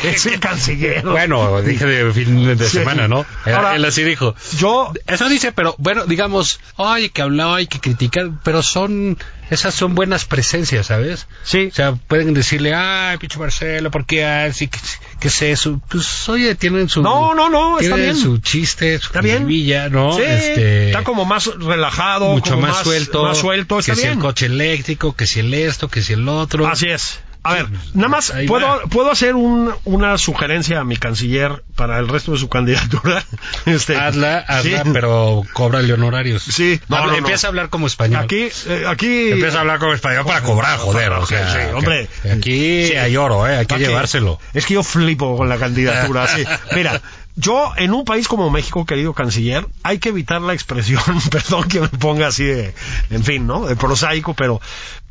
Speaker 3: Es el canciller.
Speaker 2: Bueno, dije de fin de
Speaker 3: Sí.
Speaker 2: semana, ¿no? Él,
Speaker 3: Ahora-
Speaker 2: él así dijo.
Speaker 3: Yo.
Speaker 2: Eso dice, pero bueno, digamos, ay, que hablar, hay que criticar, pero son, esas son buenas presencias, ¿sabes?
Speaker 3: Sí.
Speaker 2: O sea, pueden decirle, ay, pinche Marcelo, ¿por qué así? ¿Qué, qué es eso? Pues, oye, tienen su...
Speaker 3: No, no, no, Pues está
Speaker 2: tienen
Speaker 3: bien.
Speaker 2: su chiste, su
Speaker 3: Está bien.
Speaker 2: jiribilla, ¿no?
Speaker 3: Sí,
Speaker 2: Este,
Speaker 3: Está como más relajado,
Speaker 2: mucho
Speaker 3: como
Speaker 2: más, suelto.
Speaker 3: Más suelto,
Speaker 2: que
Speaker 3: está
Speaker 2: si
Speaker 3: bien.
Speaker 2: el coche eléctrico, que si el esto, que si el otro.
Speaker 3: Así es. A ver, nada más,
Speaker 2: pues, Ahí
Speaker 3: ¿puedo,
Speaker 2: va.
Speaker 3: ¿puedo hacer un- una sugerencia a mi canciller para el resto de su (laughs) candidatura? Este,
Speaker 2: Hazla, hazla,
Speaker 3: sí.
Speaker 2: pero cóbrale honorarios.
Speaker 3: Sí. No,
Speaker 2: Habla-
Speaker 3: no, no.
Speaker 2: empieza a hablar como español.
Speaker 3: Aquí, eh, aquí...
Speaker 2: Empieza a hablar como español para cobrar, joder. O sea,
Speaker 3: Sí,
Speaker 2: que-
Speaker 3: hombre.
Speaker 2: Aquí
Speaker 3: Sí.
Speaker 2: hay oro, ¿eh? Hay que
Speaker 3: ¿Para qué?
Speaker 2: llevárselo.
Speaker 3: Es que yo flipo con la
Speaker 2: (laughs)
Speaker 3: candidatura. sí. Mira, yo en un país como México, querido canciller, hay que evitar la expresión, (laughs) perdón que me ponga así de, en fin, ¿no? De prosaico, pero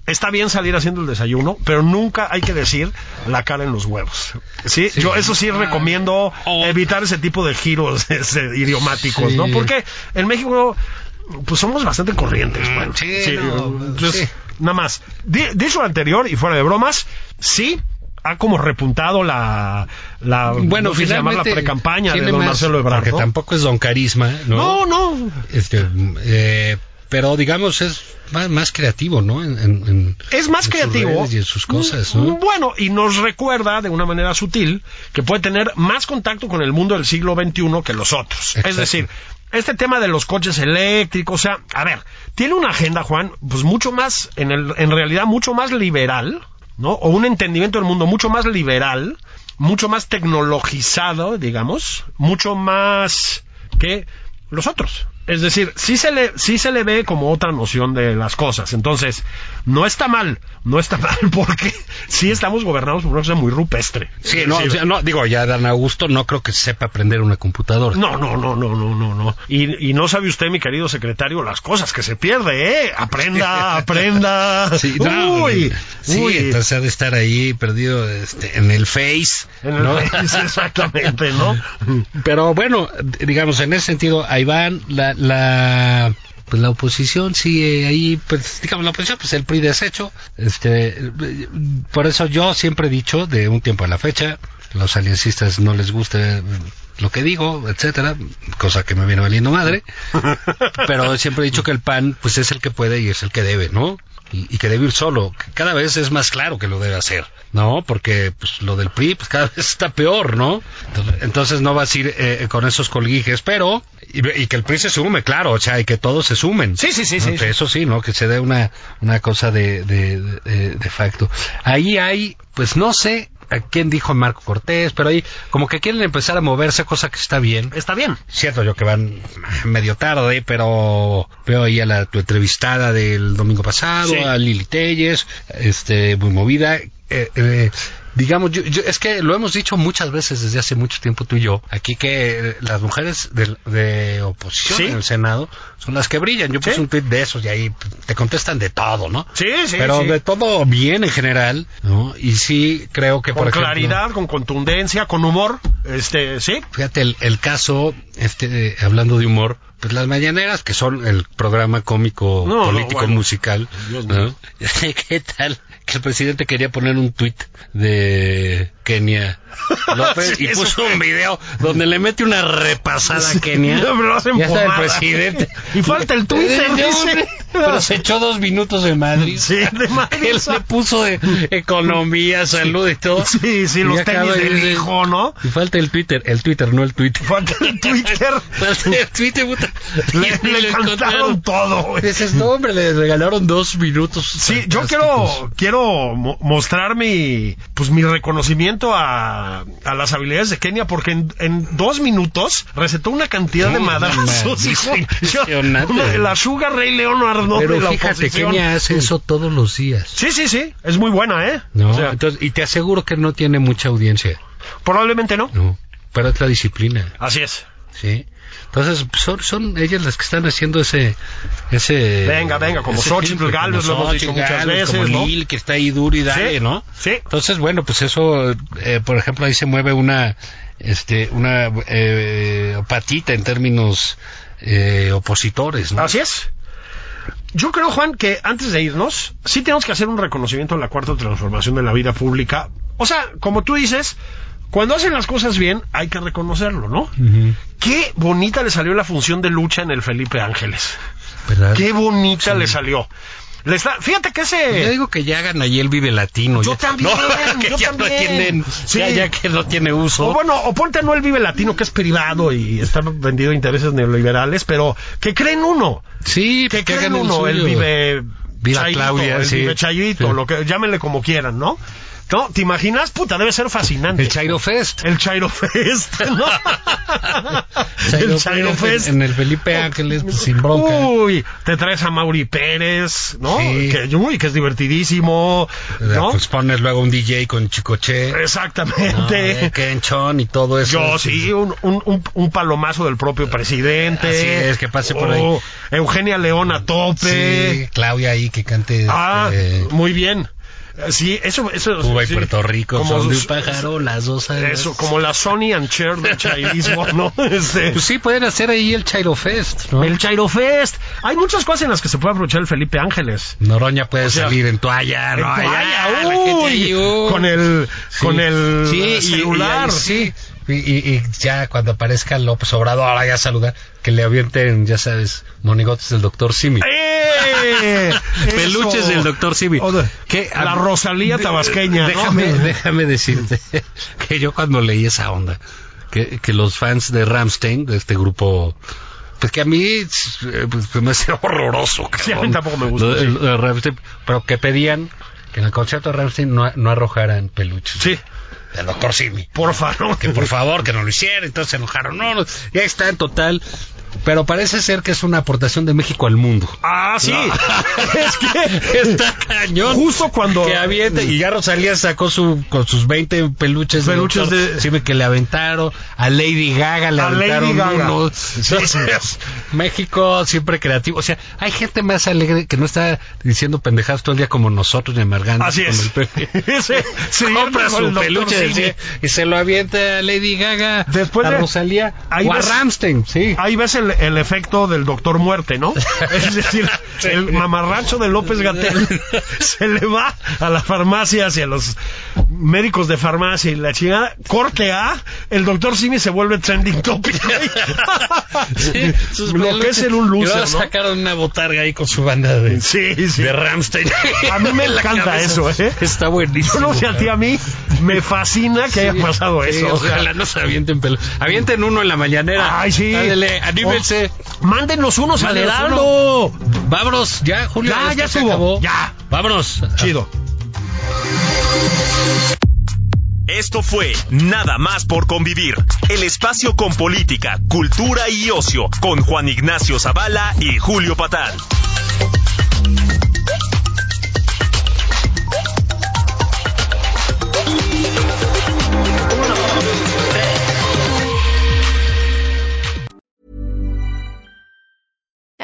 Speaker 3: está bien salir haciendo el desayuno, pero nunca hay que decir la cara en los huevos. Sí, yo eso sí recomiendo evitar ese tipo de giros (laughs) este, idiomáticos,
Speaker 2: Sí.
Speaker 3: ¿no? Porque en México, pues somos bastante corrientes, bueno.
Speaker 2: sí, no,
Speaker 3: entonces,
Speaker 2: sí.
Speaker 3: pues, Nada más. Di- dicho lo anterior y fuera de bromas, sí ha como repuntado la, la
Speaker 2: Bueno,
Speaker 3: no sé si llamarla
Speaker 2: finalmente
Speaker 3: precampaña de
Speaker 2: tiene
Speaker 3: don
Speaker 2: más-
Speaker 3: Marcelo Ebrard.
Speaker 2: Porque
Speaker 3: ¿no?
Speaker 2: tampoco es don carisma, ¿no?
Speaker 3: no, no.
Speaker 2: Este, eh, pero digamos es más, más creativo, ¿no? En- en- en-
Speaker 3: Es más
Speaker 2: en sus
Speaker 3: creativo.
Speaker 2: redes y en sus cosas, ¿no?
Speaker 3: Mm, Bueno, y nos recuerda de una manera sutil que puede tener más contacto con el mundo del siglo XXI que los otros. Es
Speaker 2: Exacto.
Speaker 3: decir, este tema de los coches eléctricos, o sea, a ver, tiene una agenda, Juan, pues mucho más, en, el- en realidad mucho más liberal, ¿no? O un entendimiento del mundo mucho más liberal, mucho más tecnologizado, digamos, mucho más que los otros. Es decir, sí se le, sí se le ve como otra noción de las cosas. Entonces, no está mal, no está (laughs) mal porque sí estamos gobernados por una cosa muy rupestre.
Speaker 2: Sí, no,
Speaker 3: Sí.
Speaker 2: o sea, no, digo, ya Dan Augusto no creo que sepa aprender una computadora.
Speaker 3: No, no, no, no, no, no, no. Y, y no sabe usted, mi querido secretario, las cosas que se pierde, ¿eh?
Speaker 2: (laughs)
Speaker 3: Aprenda, aprenda.
Speaker 2: Sí, no,
Speaker 3: uy,
Speaker 2: sí,
Speaker 3: uy.
Speaker 2: entonces ha de estar ahí perdido este, en el Face.
Speaker 3: En el
Speaker 2: ¿no?
Speaker 3: (laughs) país,
Speaker 2: (laughs)
Speaker 3: exactamente, ¿no?
Speaker 2: Pero bueno, d- digamos, en ese sentido, ahí van la... la pues la oposición sí eh, ahí pues digamos la oposición pues el PRI deshecho este eh, por eso yo siempre he dicho de un tiempo a la fecha los aliancistas no les gusta eh, lo que digo etcétera cosa que me viene valiendo madre pero siempre he dicho que el PAN pues es el que puede y es el que debe, ¿no? Y, y que debe ir solo. Cada vez es más claro que lo debe hacer, ¿no? Porque pues, lo del PRI pues, cada (laughs) vez está peor, ¿no? Entonces- Entonces no vas a ir eh, con esos colguijes, pero... Y, y que el PRI se sume, claro, o sea, y que todos se sumen.
Speaker 3: Sí, sí, sí,
Speaker 2: ¿no?
Speaker 3: sí,
Speaker 2: Que
Speaker 3: sí.
Speaker 2: Eso sí, ¿no? Que se dé una, una cosa de, de, de- de facto. Ahí hay, pues no sé a quién dijo Marco Cortés, pero ahí como que quieren empezar a moverse, cosa que está bien.
Speaker 3: Está bien.
Speaker 2: Cierto, yo que van medio tarde, pero veo ahí a la, tu entrevistada del domingo pasado,
Speaker 3: Sí.
Speaker 2: a Lili Telles, este, muy movida. Eh, eh, digamos, yo- yo- es que lo hemos dicho muchas veces desde hace mucho tiempo tú y yo, aquí que eh, las mujeres del- de, oposición
Speaker 3: Sí.
Speaker 2: en el Senado son las que brillan. Yo puse
Speaker 3: Sí.
Speaker 2: un tweet de esos y ahí te contestan de todo, ¿no?
Speaker 3: Sí, sí,
Speaker 2: Pero
Speaker 3: sí.
Speaker 2: de todo bien en general, ¿no? Y sí creo que,
Speaker 3: Con
Speaker 2: por ejemplo...
Speaker 3: claridad, con contundencia, con humor. Este, sí.
Speaker 2: Fíjate, el, el caso, este, eh, hablando de humor, pues las mañaneras, que son el programa cómico,
Speaker 3: No, no,
Speaker 2: político,
Speaker 3: bueno.
Speaker 2: musical,
Speaker 3: Dios
Speaker 2: (laughs) ¿no? ¿qué tal? Que el presidente quería poner un tuit de
Speaker 3: (laughs)
Speaker 2: Kenia López
Speaker 3: Sí,
Speaker 2: y
Speaker 3: eso
Speaker 2: puso un video donde le mete una repasada a Kenia.
Speaker 3: No, pero lo hacen
Speaker 2: ya sabe el
Speaker 3: pomada.
Speaker 2: presidente.
Speaker 3: Y falta el Twitter,
Speaker 2: Eh,
Speaker 3: dice.
Speaker 2: Pero se echó dos minutos de Madrid. (laughs)
Speaker 3: Sí, de madre.
Speaker 2: Él le puso de economía, salud y todo.
Speaker 3: Sí, sí,
Speaker 2: Y
Speaker 3: los
Speaker 2: acaba
Speaker 3: tenis
Speaker 2: de
Speaker 3: del
Speaker 2: decir-
Speaker 3: hijo, ¿no?
Speaker 2: Y falta el Twitter, el Twitter, no el Twitter. (laughs)
Speaker 3: Falta el Twitter. (laughs)
Speaker 2: Falta el Twitter, puta.
Speaker 3: Le,
Speaker 2: Pues, Y
Speaker 3: le
Speaker 2: lo encontraron.
Speaker 3: cantaron todo, güey.
Speaker 2: Dices, no, hombre, le regalaron dos minutos.
Speaker 3: Sí, yo quiero,
Speaker 2: fantásticos.
Speaker 3: quiero mo- mostrar mi, pues, mi reconocimiento a, a las habilidades de Kenia, porque en, en dos minutos recetó una cantidad de
Speaker 2: No,
Speaker 3: madrazos,
Speaker 2: no,
Speaker 3: hijo.
Speaker 2: es impresionante.
Speaker 3: Una de la Sugar Rey Leonard, ¿no? de
Speaker 2: Pero
Speaker 3: la
Speaker 2: fíjate,
Speaker 3: oposición.
Speaker 2: Kenia hace eso todos los días.
Speaker 3: Sí, sí, sí, es muy buena, ¿eh?
Speaker 2: No,
Speaker 3: O sea,
Speaker 2: Entonces, y te aseguro que no tiene mucha audiencia.
Speaker 3: probablemente no.
Speaker 2: No, pero es la disciplina.
Speaker 3: Así es.
Speaker 2: Sí. Entonces, son, son ellas las que están haciendo ese. ese
Speaker 3: Venga, venga, como
Speaker 2: ese
Speaker 3: Xochitl
Speaker 2: filtro,
Speaker 3: Gálvez,
Speaker 2: como
Speaker 3: lo hemos dicho
Speaker 2: Xochitl
Speaker 3: muchas
Speaker 2: Gálvez,
Speaker 3: veces,
Speaker 2: como
Speaker 3: ¿no?
Speaker 2: Lil, que está ahí duro y dale,
Speaker 3: Sí,
Speaker 2: ¿no?
Speaker 3: sí.
Speaker 2: Entonces, bueno, pues eso, eh, por ejemplo, ahí se mueve una este una eh, patita en términos eh, opositores, ¿no?
Speaker 3: Así es. Yo creo, Juan, que antes de irnos, sí tenemos que hacer un reconocimiento a la cuarta transformación de la vida pública. O sea, como tú dices, cuando hacen las cosas bien, hay que reconocerlo, ¿no?
Speaker 2: Ujú,
Speaker 3: Qué bonita le salió la función de lucha en el Felipe Ángeles.
Speaker 2: ¿verdad?
Speaker 3: Qué bonita le salió. Le está- Fíjate que
Speaker 2: Yo
Speaker 3: ese...
Speaker 2: digo que ya hagan ahí el Vive Latino.
Speaker 3: Yo
Speaker 2: ya.
Speaker 3: también,
Speaker 2: No, (laughs) que
Speaker 3: yo
Speaker 2: ya
Speaker 3: también.
Speaker 2: no tienen,
Speaker 3: Sí.
Speaker 2: ya, ya que no tiene uso.
Speaker 3: O bueno, o ponte a Noel Vive Latino, que es privado y está vendido a intereses neoliberales, pero que creen uno.
Speaker 2: sí,
Speaker 3: que
Speaker 2: que
Speaker 3: creen
Speaker 2: hagan el
Speaker 3: uno, él
Speaker 2: suyo.
Speaker 3: vive
Speaker 2: Viva Claudia,
Speaker 3: él
Speaker 2: sí.
Speaker 3: vive Chayito,
Speaker 2: Sí.
Speaker 3: lo que llámenle como quieran, ¿no? ¿No? ¿Te imaginas? Puta, debe ser fascinante.
Speaker 2: El Chairo Fest.
Speaker 3: El Chairo Fest,
Speaker 2: (laughs)
Speaker 3: ¿no? el Chairo Fest. Uh,
Speaker 2: En, en el Felipe Ángeles, pues sin bronca.
Speaker 3: Uy, te traes a Mauri Pérez, ¿no?
Speaker 2: Sí.
Speaker 3: Que, uy, que es divertidísimo, ¿no?
Speaker 2: Pues pones luego un DJ con Chicoche. No,
Speaker 3: Exactamente.
Speaker 2: eh, Kenchon y todo eso.
Speaker 3: (laughs) Yo sí, un, un- un- un palomazo del propio presidente.
Speaker 2: Así es, que pase por ahí.
Speaker 3: Oh, Eugenia León a tope.
Speaker 2: Sí, Claudia ahí que cante.
Speaker 3: Ah,
Speaker 2: este,
Speaker 3: muy bien. Eh, Sí, eso, eso.
Speaker 2: Cuba y
Speaker 3: sí.
Speaker 2: Puerto Rico
Speaker 3: Como
Speaker 2: son de un
Speaker 3: s-
Speaker 2: pájaro, las dos alas.
Speaker 3: Eso, como la Sony and Cher
Speaker 2: (laughs)
Speaker 3: del chairismo, ¿no? Este,
Speaker 2: Pues sí, pueden hacer ahí el Chairo Fest, ¿no?
Speaker 3: el Chairo Fest. Hay muchas cosas en las que se puede aprovechar el Felipe Ángeles.
Speaker 2: Noroña puede
Speaker 3: sea,
Speaker 2: salir en toalla,
Speaker 3: En
Speaker 2: ¿no?
Speaker 3: toalla,
Speaker 2: Allá, la
Speaker 3: uy,
Speaker 2: gente ahí, uy.
Speaker 3: con el,
Speaker 2: Sí.
Speaker 3: con el
Speaker 2: Sí, y- y ahí
Speaker 3: celular.
Speaker 2: sí. Y, y- y ya cuando aparezca López Obrador, ahora ya saludar, que le avienten, ya sabes, monigotes del doctor Simi.
Speaker 3: ¡Eh! Eso.
Speaker 2: (laughs) Peluches del Dr. Simi.
Speaker 3: O de-
Speaker 2: Que-
Speaker 3: la
Speaker 2: a-
Speaker 3: Rosalía
Speaker 2: de-
Speaker 3: tabasqueña, ¿no? (laughs)
Speaker 2: Déjame, déjame decirte (laughs) que yo cuando leí esa onda, que, que los fans de Ramstein, de este grupo, pues que a mí eh, pues, me hace horroroso.
Speaker 3: Sí, a mí
Speaker 2: cabrón.
Speaker 3: tampoco me gusta,
Speaker 2: Lo-
Speaker 3: sí.
Speaker 2: lo de Rammstein, pero que pedían que en el concierto de Ramstein no, no arrojaran peluches.
Speaker 3: Sí,
Speaker 2: Del doctor Simi
Speaker 3: porfa, ¿no?
Speaker 2: que por favor que no lo hiciera, entonces se enojaron, no, no, ya está en total, pero parece ser que es una aportación de México al mundo. (laughs)
Speaker 3: Ah, sí. es que
Speaker 2: Está cañón.
Speaker 3: Justo cuando-
Speaker 2: que avienta y ya Rosalía sacó su con sus 20 peluches,
Speaker 3: Peluches
Speaker 2: doctor
Speaker 3: de-
Speaker 2: Simi que le aventaron a Lady Gaga le
Speaker 3: A Lady
Speaker 2: aventaron
Speaker 3: Gaga.
Speaker 2: uno.
Speaker 3: Sí.
Speaker 2: (laughs) Entonces, México siempre creativo, o sea, hay gente más alegre que no está diciendo pendejadas todo el día como nosotros ni amargando
Speaker 3: Así
Speaker 2: con
Speaker 3: es.
Speaker 2: el pe-
Speaker 3: (laughs) Se-
Speaker 2: (laughs)
Speaker 3: se
Speaker 2: compra
Speaker 3: divierte con
Speaker 2: su
Speaker 3: el Dr.
Speaker 2: peluche
Speaker 3: Simi.
Speaker 2: sí, y se lo avienta a Lady Gaga,
Speaker 3: Después
Speaker 2: a
Speaker 3: de-
Speaker 2: Rosalía
Speaker 3: ahí
Speaker 2: o a
Speaker 3: ves-
Speaker 2: Ramstein, sí.
Speaker 3: Ahí ves el, el efecto del doctor
Speaker 2: (laughs)
Speaker 3: muerte, ¿no? Es decir, el mamarracho de López Gatel
Speaker 2: (laughs)
Speaker 3: se le va a la farmacia hacia los médicos de farmacia y la chingada. Corte A, el doctor Simi se vuelve trending topic.
Speaker 2: (laughs) Sí, sus
Speaker 3: Lo que
Speaker 2: peluches.
Speaker 3: es ser un
Speaker 2: Y luego
Speaker 3: loser, ¿no?
Speaker 2: sacaron una botarga ahí con su banda de,
Speaker 3: Sí, sí.
Speaker 2: de Ramstein.
Speaker 3: A mí
Speaker 2: (laughs)
Speaker 3: me
Speaker 2: En la
Speaker 3: encanta eso, ¿eh?
Speaker 2: Está buenísimo. ¿eh?
Speaker 3: Yo no sé a ti, a mí me fascina que haya pasado
Speaker 2: Sí,
Speaker 3: eso. o sea.
Speaker 2: ojalá no se avienten pelo. Avienten uno en la mañanera.
Speaker 3: Ay, sí. Oh.
Speaker 2: Ándele, anímense.
Speaker 3: Mándenos unos al
Speaker 2: Mándenos
Speaker 3: Heraldo.
Speaker 2: Vámonos, ya, Julio.
Speaker 3: Ya,
Speaker 2: esto
Speaker 3: ya
Speaker 2: se
Speaker 3: estuvo.
Speaker 2: acabó.
Speaker 3: Ya.
Speaker 2: Vámonos.
Speaker 3: Chido.
Speaker 1: Esto fue Nada más por convivir, el espacio con política, cultura y ocio, con Juan Ignacio Zavala y Julio Patal.